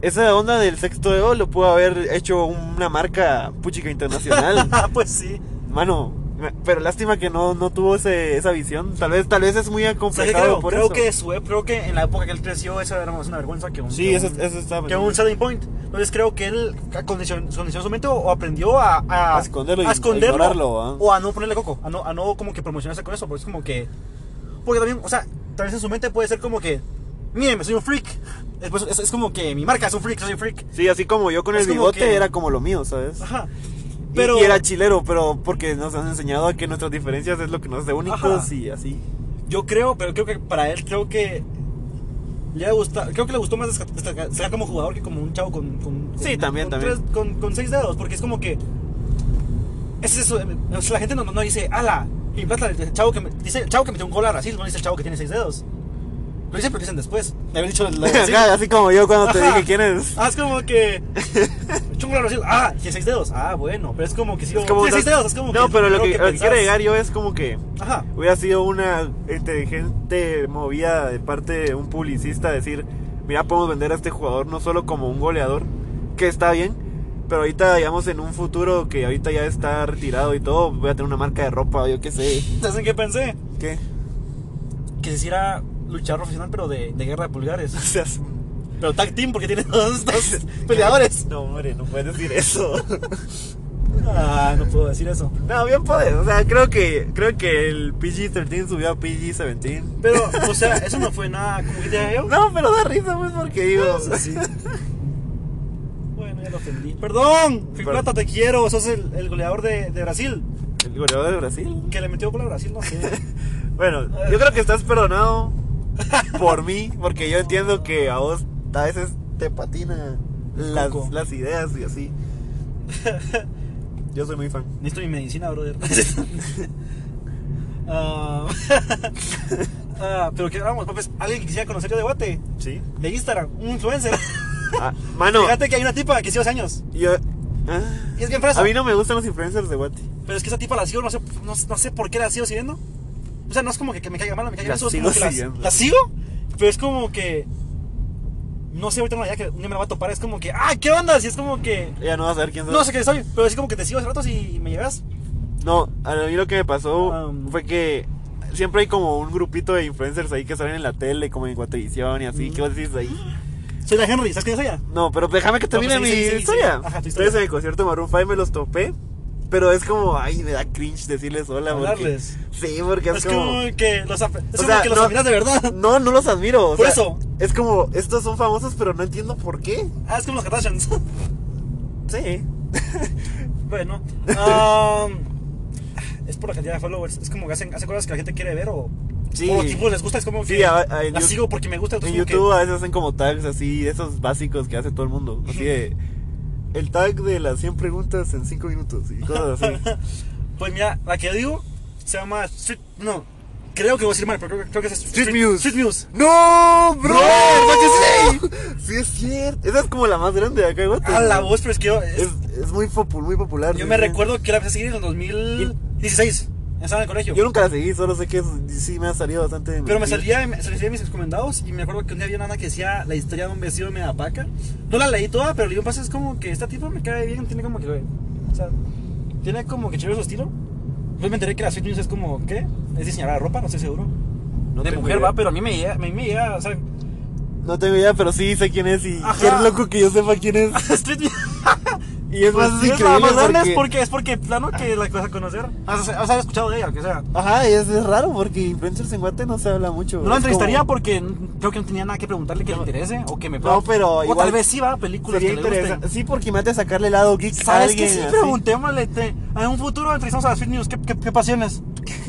Esa onda del sexto dedo lo pudo haber hecho una marca puchica internacional. Ah, pues sí. Mano, me- pero lástima que no, no tuvo ese- esa visión. Tal vez, tal vez es muy O sea, Pues que acomplejado creo, por creo eso. que su, creo que en la época que él creció, eso era más una vergüenza que un. Sí, que eso, un- eso está. que un selling point. Entonces creo que él acondicionó, acondicionó su mente o aprendió a, a, A esconderlo y a esconderlo ignorarlo, ¿ah? o a no ponerle coco, a no, a no como que promocionarse con eso, porque es como que... Porque también, o sea, tal vez en su mente puede ser como que, miren, soy un freak. Después es, es como que mi marca es un freak, soy un freak. Sí, así como yo con Es el como bigote que- era como lo mío, ¿sabes? Ajá. Y- Pero... Y era chilero, pero porque nos han enseñado a que nuestras diferencias es lo que nos hace únicos Ajá. y así. Yo creo, pero creo que para él, creo que... Le gusta, creo que le gustó más desca- destacar destacar como jugador que como un chavo con... con- Sí, con- también, con también. tres- con, con seis dedos, porque es como que... Es eso, eh, o sea, la gente no, no dice, ala, Pin Plata, el chavo que, me- dice, el chavo que metió un gol a Brasil, no dice el chavo que tiene seis dedos. Lo dicen, pero dicen después. Me habían dicho la de Brasil. Ajá, así como yo cuando te Ajá. dije quién es. Ah, es como que. Echó un gol a Brasil, ah, tiene seis dedos. Ah, bueno, pero es como que sí. Es como tiene seis das- dedos, es como no, que. pero lo creo que, lo que pensás. quiero llegar yo es como que Ajá. hubiera sido una inteligente movida de parte de un publicista decir, mira, podemos vender a este jugador no solo como un goleador, que está bien, pero ahorita, digamos, en un futuro que ahorita ya está retirado y todo, voy a tener una marca de ropa, yo qué sé. ¿Sabes en qué pensé? ¿Qué? Que se hiciera luchador profesional, pero de, de guerra de pulgares. O sea, es- Pero tag team, porque tiene dos, dos peleadores. No, hombre, no puedes decir eso. Ah, no puedo decir eso. No, bien puedes. O sea, creo que, creo que el PG-13 subió a PG-17. Pero, o sea, eso no fue nada como que te diga yo. No, pero da risa, pues, porque digo... Bueno, ya lo ofendí. Perdón, Fui Perdón. Plata, te quiero. Sos el, el goleador de, de Brasil. El goleador de Brasil. Que le metió gol a Brasil, no sé. Bueno, yo creo que estás perdonado por mí, porque yo entiendo que a vos a veces te patina las, Coco. las ideas y así. Yo soy muy fan. Necesito mi medicina, brother. Ah, Ah, pero que hablamos, pues alguien que quisiera conocer yo de Guate, Sí. de Instagram, un influencer. Ah, mano, Fíjate que hay una tipa que hizo dos años. yo. ah, Y es bien fresa. a mí no me gustan los influencers de Guate. Pero es que esa tipa la sigo, no sé, no, no sé por qué la sigo siguiendo. O sea, no es como que, que me caiga mal, me caiga La mal, solo es sigo como que las- siguiendo. la sigo, pero es como que. No sé, ahorita no la idea que un día me la va a topar, es como que, ¡ah, qué onda! Si es como que. Ya no vas a saber quién soy. No sé qué soy, pero es como que te sigo hace ratos y me llegas. No, a mí lo que me pasó Am. fue que siempre hay como un grupito de influencers ahí que salen en la tele, como en Guatemala y así. Mm. ¿Qué vos decís ahí? Soy la Henry, ¿sabes quién es ella? No, pero déjame que termine No, pues sí, mi sí, sí, sí. historia. Ajá, tu historia. Entonces en el concierto de Maroon 5 me los topé. Pero es como, ay, me da cringe decirles hola. porque- Hablarles. sí, porque es, Es como que los, af- es O como sea, que los no- admiras de verdad. No, no los admiro. o Por sea, eso. Es como, estos son famosos, pero no entiendo por qué. Ah, es como los Kardashians. Sí. bueno, am, es por la cantidad de followers. Es como que hacen, hacen cosas que la gente quiere ver o. Sí. O los tipos les gusta, es como que. Sí, a- a- en la Yu- sigo porque me gusta. En entonces como YouTube a veces hacen como tags así, esos básicos que hace todo el mundo. Así de. El tag de las 100 preguntas en 5 minutos y cosas así. Pues mira, la que digo se llama Street. No, creo que voy a decir mal, pero creo, creo que es Street Muse. Street Muse. ¡No, bro! No. ¿por qué sí? Sí, es cierto. Esa es como la más grande de acá, de Guate. A Ah, la voz, pero es que yo. Es, es muy, popu- muy popular. yo sí, me sí. recuerdo que la empecé a seguir en el 2016. Estaba en el colegio. Yo nunca la seguí, solo sé que es- sí me ha salido bastante. de Pero me mentir. salía, me salía de mis recomendados y me acuerdo que un día había una nana que decía la historia de un vecino de Medapaca. No la leí toda, pero lo que pasa es como que esta tipa me cae bien, tiene como que. O sea, tiene como que chévere su estilo. Yo me enteré que la Sweet News es como, ¿qué? Es diseñadora de ropa, no estoy seguro. No de tengo mujer idea. va, pero a mí me llega, a mí me llega, o sea, No tengo idea, pero sí sé quién es y Ajá. qué loco que yo sepa quién es. Street News. Y es más Pues sí, es la increíble más grande es porque- porque es porque plano que la vas a conocer. Has, has escuchado de ella, que sea. Ajá, y es, es raro porque influencers en Guate no se habla mucho. No la es entrevistaría como- porque creo que no tenía nada que preguntarle que le interese o que me pueda- No, pero o igual tal vez sí va a películas Sería que le gusten. interesante. Sí, porque me hace sacarle el lado geek a ¿Sabes alguien. qué? Sí, así. preguntémosle. te- en un futuro entrevistamos a las fake news. ¿Qué, qué, qué pasiones?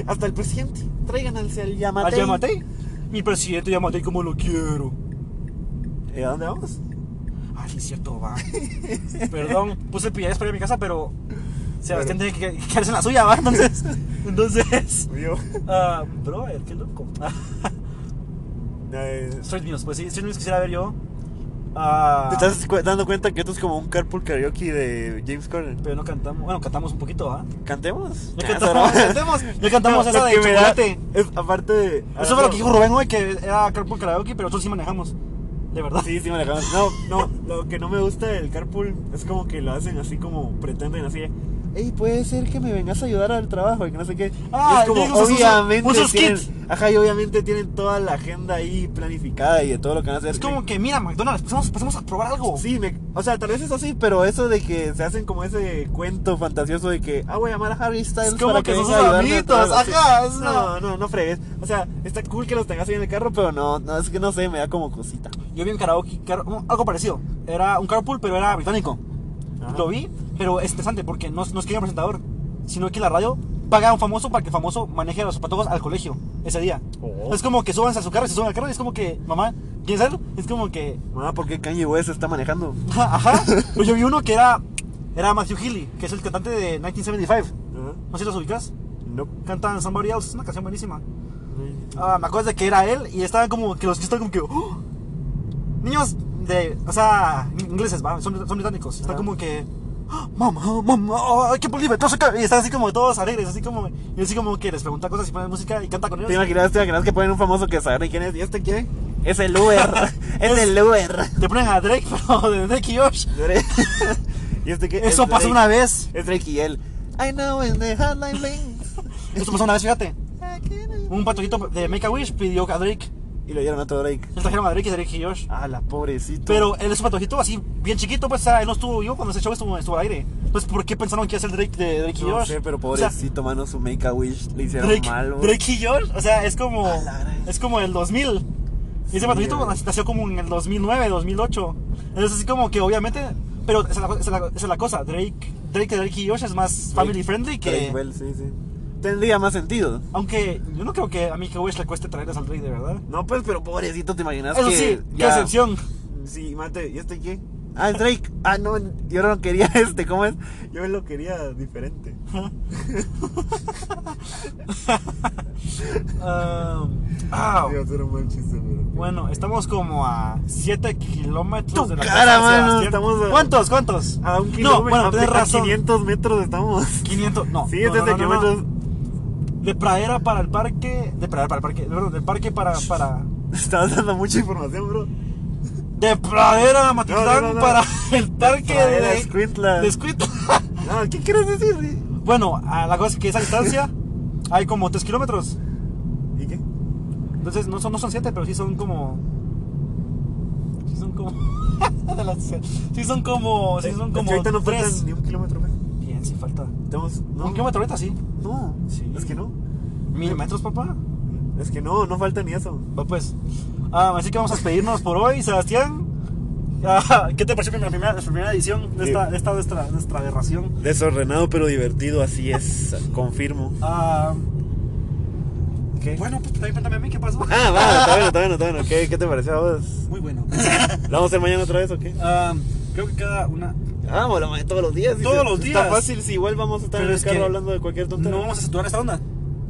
Hasta el presidente. Traigan al, al ¿A Yamatei. Yamatei? Mi presidente Yamatei, como lo quiero. ¿Y ¿Eh, a dónde vamos? Ay, sí, es cierto, va. Perdón, puse pillares para ir a mi casa, pero Sebastián tiene que que quedarse en la suya, va. Entonces, entonces. Yo. ah, brother, qué loco. ¿Te Street News, pues sí, Street News quisiera ver yo. Ah, estás cu- dando cuenta que esto es como un carpool karaoke de James Corden? Pero no cantamos, bueno, cantamos un poquito, ¿ah? ¿Cantemos? Ya Ah, cantamos, será. cantemos, ya cantamos Lo esa de que me da Ah, chocolate. Es, aparte de. Eso fue lo que dijo Rubén hoy, que era Carpool Karaoke, pero nosotros sí manejamos. De verdad. Sí, sí, me la acaban. No, no, lo que no me gusta del carpool es como que lo hacen así como pretenden así. Ey, puede ser que me vengas a ayudar al trabajo y que no sé qué. Ah, Y es como, digo, sus- sus- obviamente. un sus tienen- kits. Ajá, y obviamente tienen toda la agenda ahí planificada y de todo lo que van a hacer. Es como que, mira, McDonald's, pasemos, pasemos a probar algo. Sí, me- o sea, tal vez es así, pero eso de que se hacen como ese cuento fantasioso de que, ah, voy a llamar a Harry Styles. Es como para que son sus venga a ayudarme a amiguitos, trabajar". ajá, es No, no, no fregues. O sea, está cool que los tengas ahí en el carro, pero no, no, es que no sé, me da como cosita. Yo vi un karaoke, car- un- algo parecido. Era un carpool, pero era británico. Ajá. Lo vi, pero es interesante porque no, no es que haya un presentador, sino que la radio paga a un famoso para que el famoso maneje a los patojos al colegio ese día. Oh. Es como que suban a su carro y se suben al carro y es como que, mamá, ¿quién es él? Es como que, Ah, ¿por qué Kanye West está manejando? ajá. Pero yo vi uno que era, era Matthew Healy, que es el cantante de 1975. Ajá. No sé si los ubicas. No. Cantan Somebody Else, es una canción buenísima. Ah, me acuerdo de que era él y estaban como que los que estaban como que. ¡oh! Niños de. O sea, ingleses, va, son, son británicos. Están Ajá. como que. ¡ah! Mamá, mamá, oh, I can't believe it, no sé qué. Y están así como todos alegres, así como. Y así como que les pregunta cosas y ponen música y canta con ellos. ¿Te imaginas, te imaginas que ponen un famoso que sabe quién es? ¿Y este quién? Es el Uber. es el Uber. Te ponen a Drake, pero de Drake y Josh. ¿Y este qué? Eso Es pasó Drake. una vez. Es Drake y él. I know in the hotline bling. Eso pasó una vez, fíjate. Un patojito de Make a Wish pidió a Drake. Y lo dieron a todo Drake. Le trajeron a Drake y Drake y Josh. Ah, la pobrecito. Pero él es un patojito así, bien chiquito, pues, o sea, él no estuvo vivo cuando ese show estuvo, estuvo al aire. Entonces, ¿por qué pensaron que iba a ser Drake de Drake y no Josh? sé, pero O sea, pobrecito, mano, su make a wish le hicieron Drake, mal. güey. Drake y Josh, o sea, es como, es como el 2000. Y ese Sí, patojito güey. nació como en el 2009, 2008. Es así como que, obviamente, pero esa es la, co- esa es la- esa es la cosa, Drake, Drake de Drake y Josh es más family friendly que... Drake Bell, sí, sí. Tendría más sentido. Aunque yo no creo que a mí que Wish le cueste traerles al Drake de verdad. No, pues, pero pobrecito, ¿te imaginas Eso que sí, qué ya- excepción. Sí, mate, ¿y este qué? Ah, es Drake. Ah, no, yo no quería este, ¿cómo es? Yo lo quería diferente. Um, ah, Iba a ser un mal chiste, pero. bueno, estamos como a 7 kilómetros Tu de la cara, casa de mano, Sebastián. estamos a- ¿Cuántos? ¿Cuántos? A un No, kilómetro. bueno, tenés a razón. 500 metros estamos. 500, no. Sí, no, es este no, no, desde no, no. kilómetros. De pradera para el parque. De pradera para el parque. Perdón, del parque para. para Estabas dando mucha información, bro. de pradera a Matitlán No, no, no, no. para el parque Para ver a de. Escuintla. de Escuintla. Ah, ¿Qué quieres decir? Bueno, a la cosa es que esa distancia hay como 3 kilómetros. ¿Y qué? Entonces no son, no son 7, pero sí son como. Sí son como. de las- sí son como. Sí son Es que como. Eh, ahorita no tres. faltan ni un kilómetro más. Bien, sí falta. Estamos. No, Un kilómetro ahorita sí. No, Sí. es que no. Mil metros, papá. Es que no, no falta ni eso. Va, pues. Ah, así que vamos a despedirnos por hoy, Sebastián. Ah, ¿Qué te pareció la primera, la primera edición de esta, de esta nuestra, nuestra aberración? Desordenado pero divertido, así es. Confirmo. Ah, ¿Qué? bueno, pues también cuéntame a mí qué pasó. Ah, va, está bueno, está bueno, está bueno. ¿Qué, qué te pareció a vos? Muy bueno. ¿La vamos a hacer mañana otra vez o qué? Ah, creo que cada una. Vamos, la mañana Ah, todos los días. Todos los días. Está fácil, si igual vamos a estar Pero en el es carro que hablando de cualquier tontería. No vamos a saturar esta onda.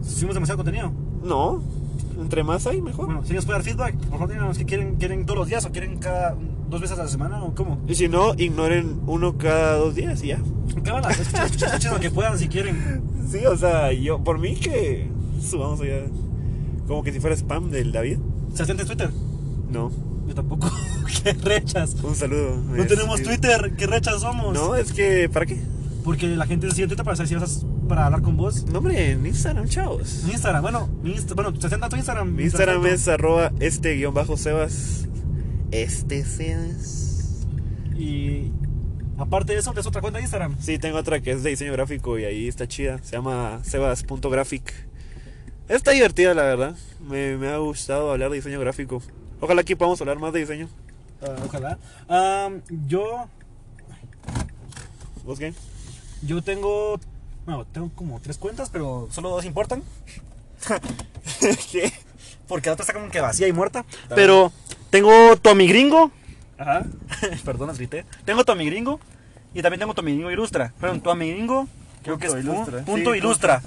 Subimos demasiado contenido. No, entre más hay, mejor. Bueno, si nos puede dar feedback, por favor díganos que quieren, quieren todos los días o quieren cada dos veces a la semana o cómo. Y si no, ignoren uno cada dos días y ya. Cámara, escuchen, escuchen, escuchen lo que puedan si quieren. Sí, o sea, yo, por mí que subamos allá. Como que si fuera spam del David. ¿Se asiente Twitter? No, Yo tampoco. qué rechas. Pues un saludo. No Es- tenemos es- Twitter, qué rechas somos. No, es que, ¿para qué? Porque la gente se sigue en Twitter para saber si vas a- para hablar con vos. No, hombre, en Instagram, chavos. En Instagram, bueno, mi Insta- bueno, se asienta tu Instagram. Mi Instagram mientras es arroba este guión bajo Sebas. Este Sebas. tanto. Y aparte de eso, es otra cuenta de Instagram. Sí, tengo otra que es de diseño gráfico y ahí está chida. Se llama sebas.graphic. Está divertida, la verdad. Me, me ha gustado hablar de diseño gráfico. Ojalá aquí podamos hablar más de diseño. Ah, ojalá. Am, yo, ¿Vos qué? yo tengo. Bueno, tengo como tres cuentas, pero solo dos importan. ¿Qué? Porque la otra está como que vacía y muerta. Pero tengo Tommy Gringo. Ajá. Perdón, las grité. Tengo Tommy Gringo. Y también tengo Tommy Gringo Ilustra. Perdón, Tommy Gringo. Creo que es Punto pu- Ilustra. Punto Sí, Ilustra.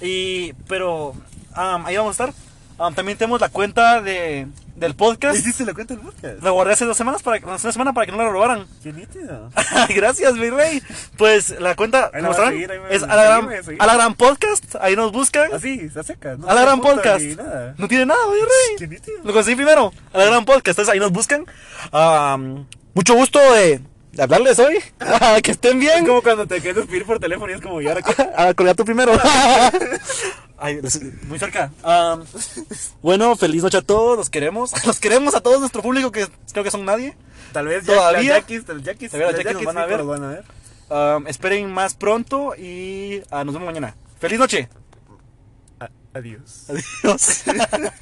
Y, pero am, ahí vamos a estar. Am, también tenemos la cuenta de, del podcast. ¿Hiciste la cuenta del podcast? La guardé hace dos semanas para, hace una semana para que no la robaran. Qué nítido. Gracias, mi rey. Pues la cuenta, Ahí como la voy a sabrán, seguir, ahí me- es a la, gran, seguime, seguime. a la gran podcast. Ahí nos buscan. Así, se seca. Ah, No a la gran tiene punto podcast. ni nada. No tiene nada, mi rey. Qué nítido. Lo conseguí primero. A la gran podcast. Entonces ahí nos buscan. Am, mucho gusto de, de hablarles hoy. que estén Es bien. como cuando te quieres pedir por teléfono y es como, ¿y ahora qué? A colgar tú primero. Ay, los- muy cerca. Am, bueno, feliz noche a todos. Los queremos. Los queremos a todo nuestro público que creo que son nadie. Tal vez Todavía. Las yaquis, las yaquis, Todavía las yaquis las nos yaquis van a sí ver. nos van a ver. Am, esperen más pronto y ah, nos vemos mañana. Feliz noche. A- Adiós. Adiós.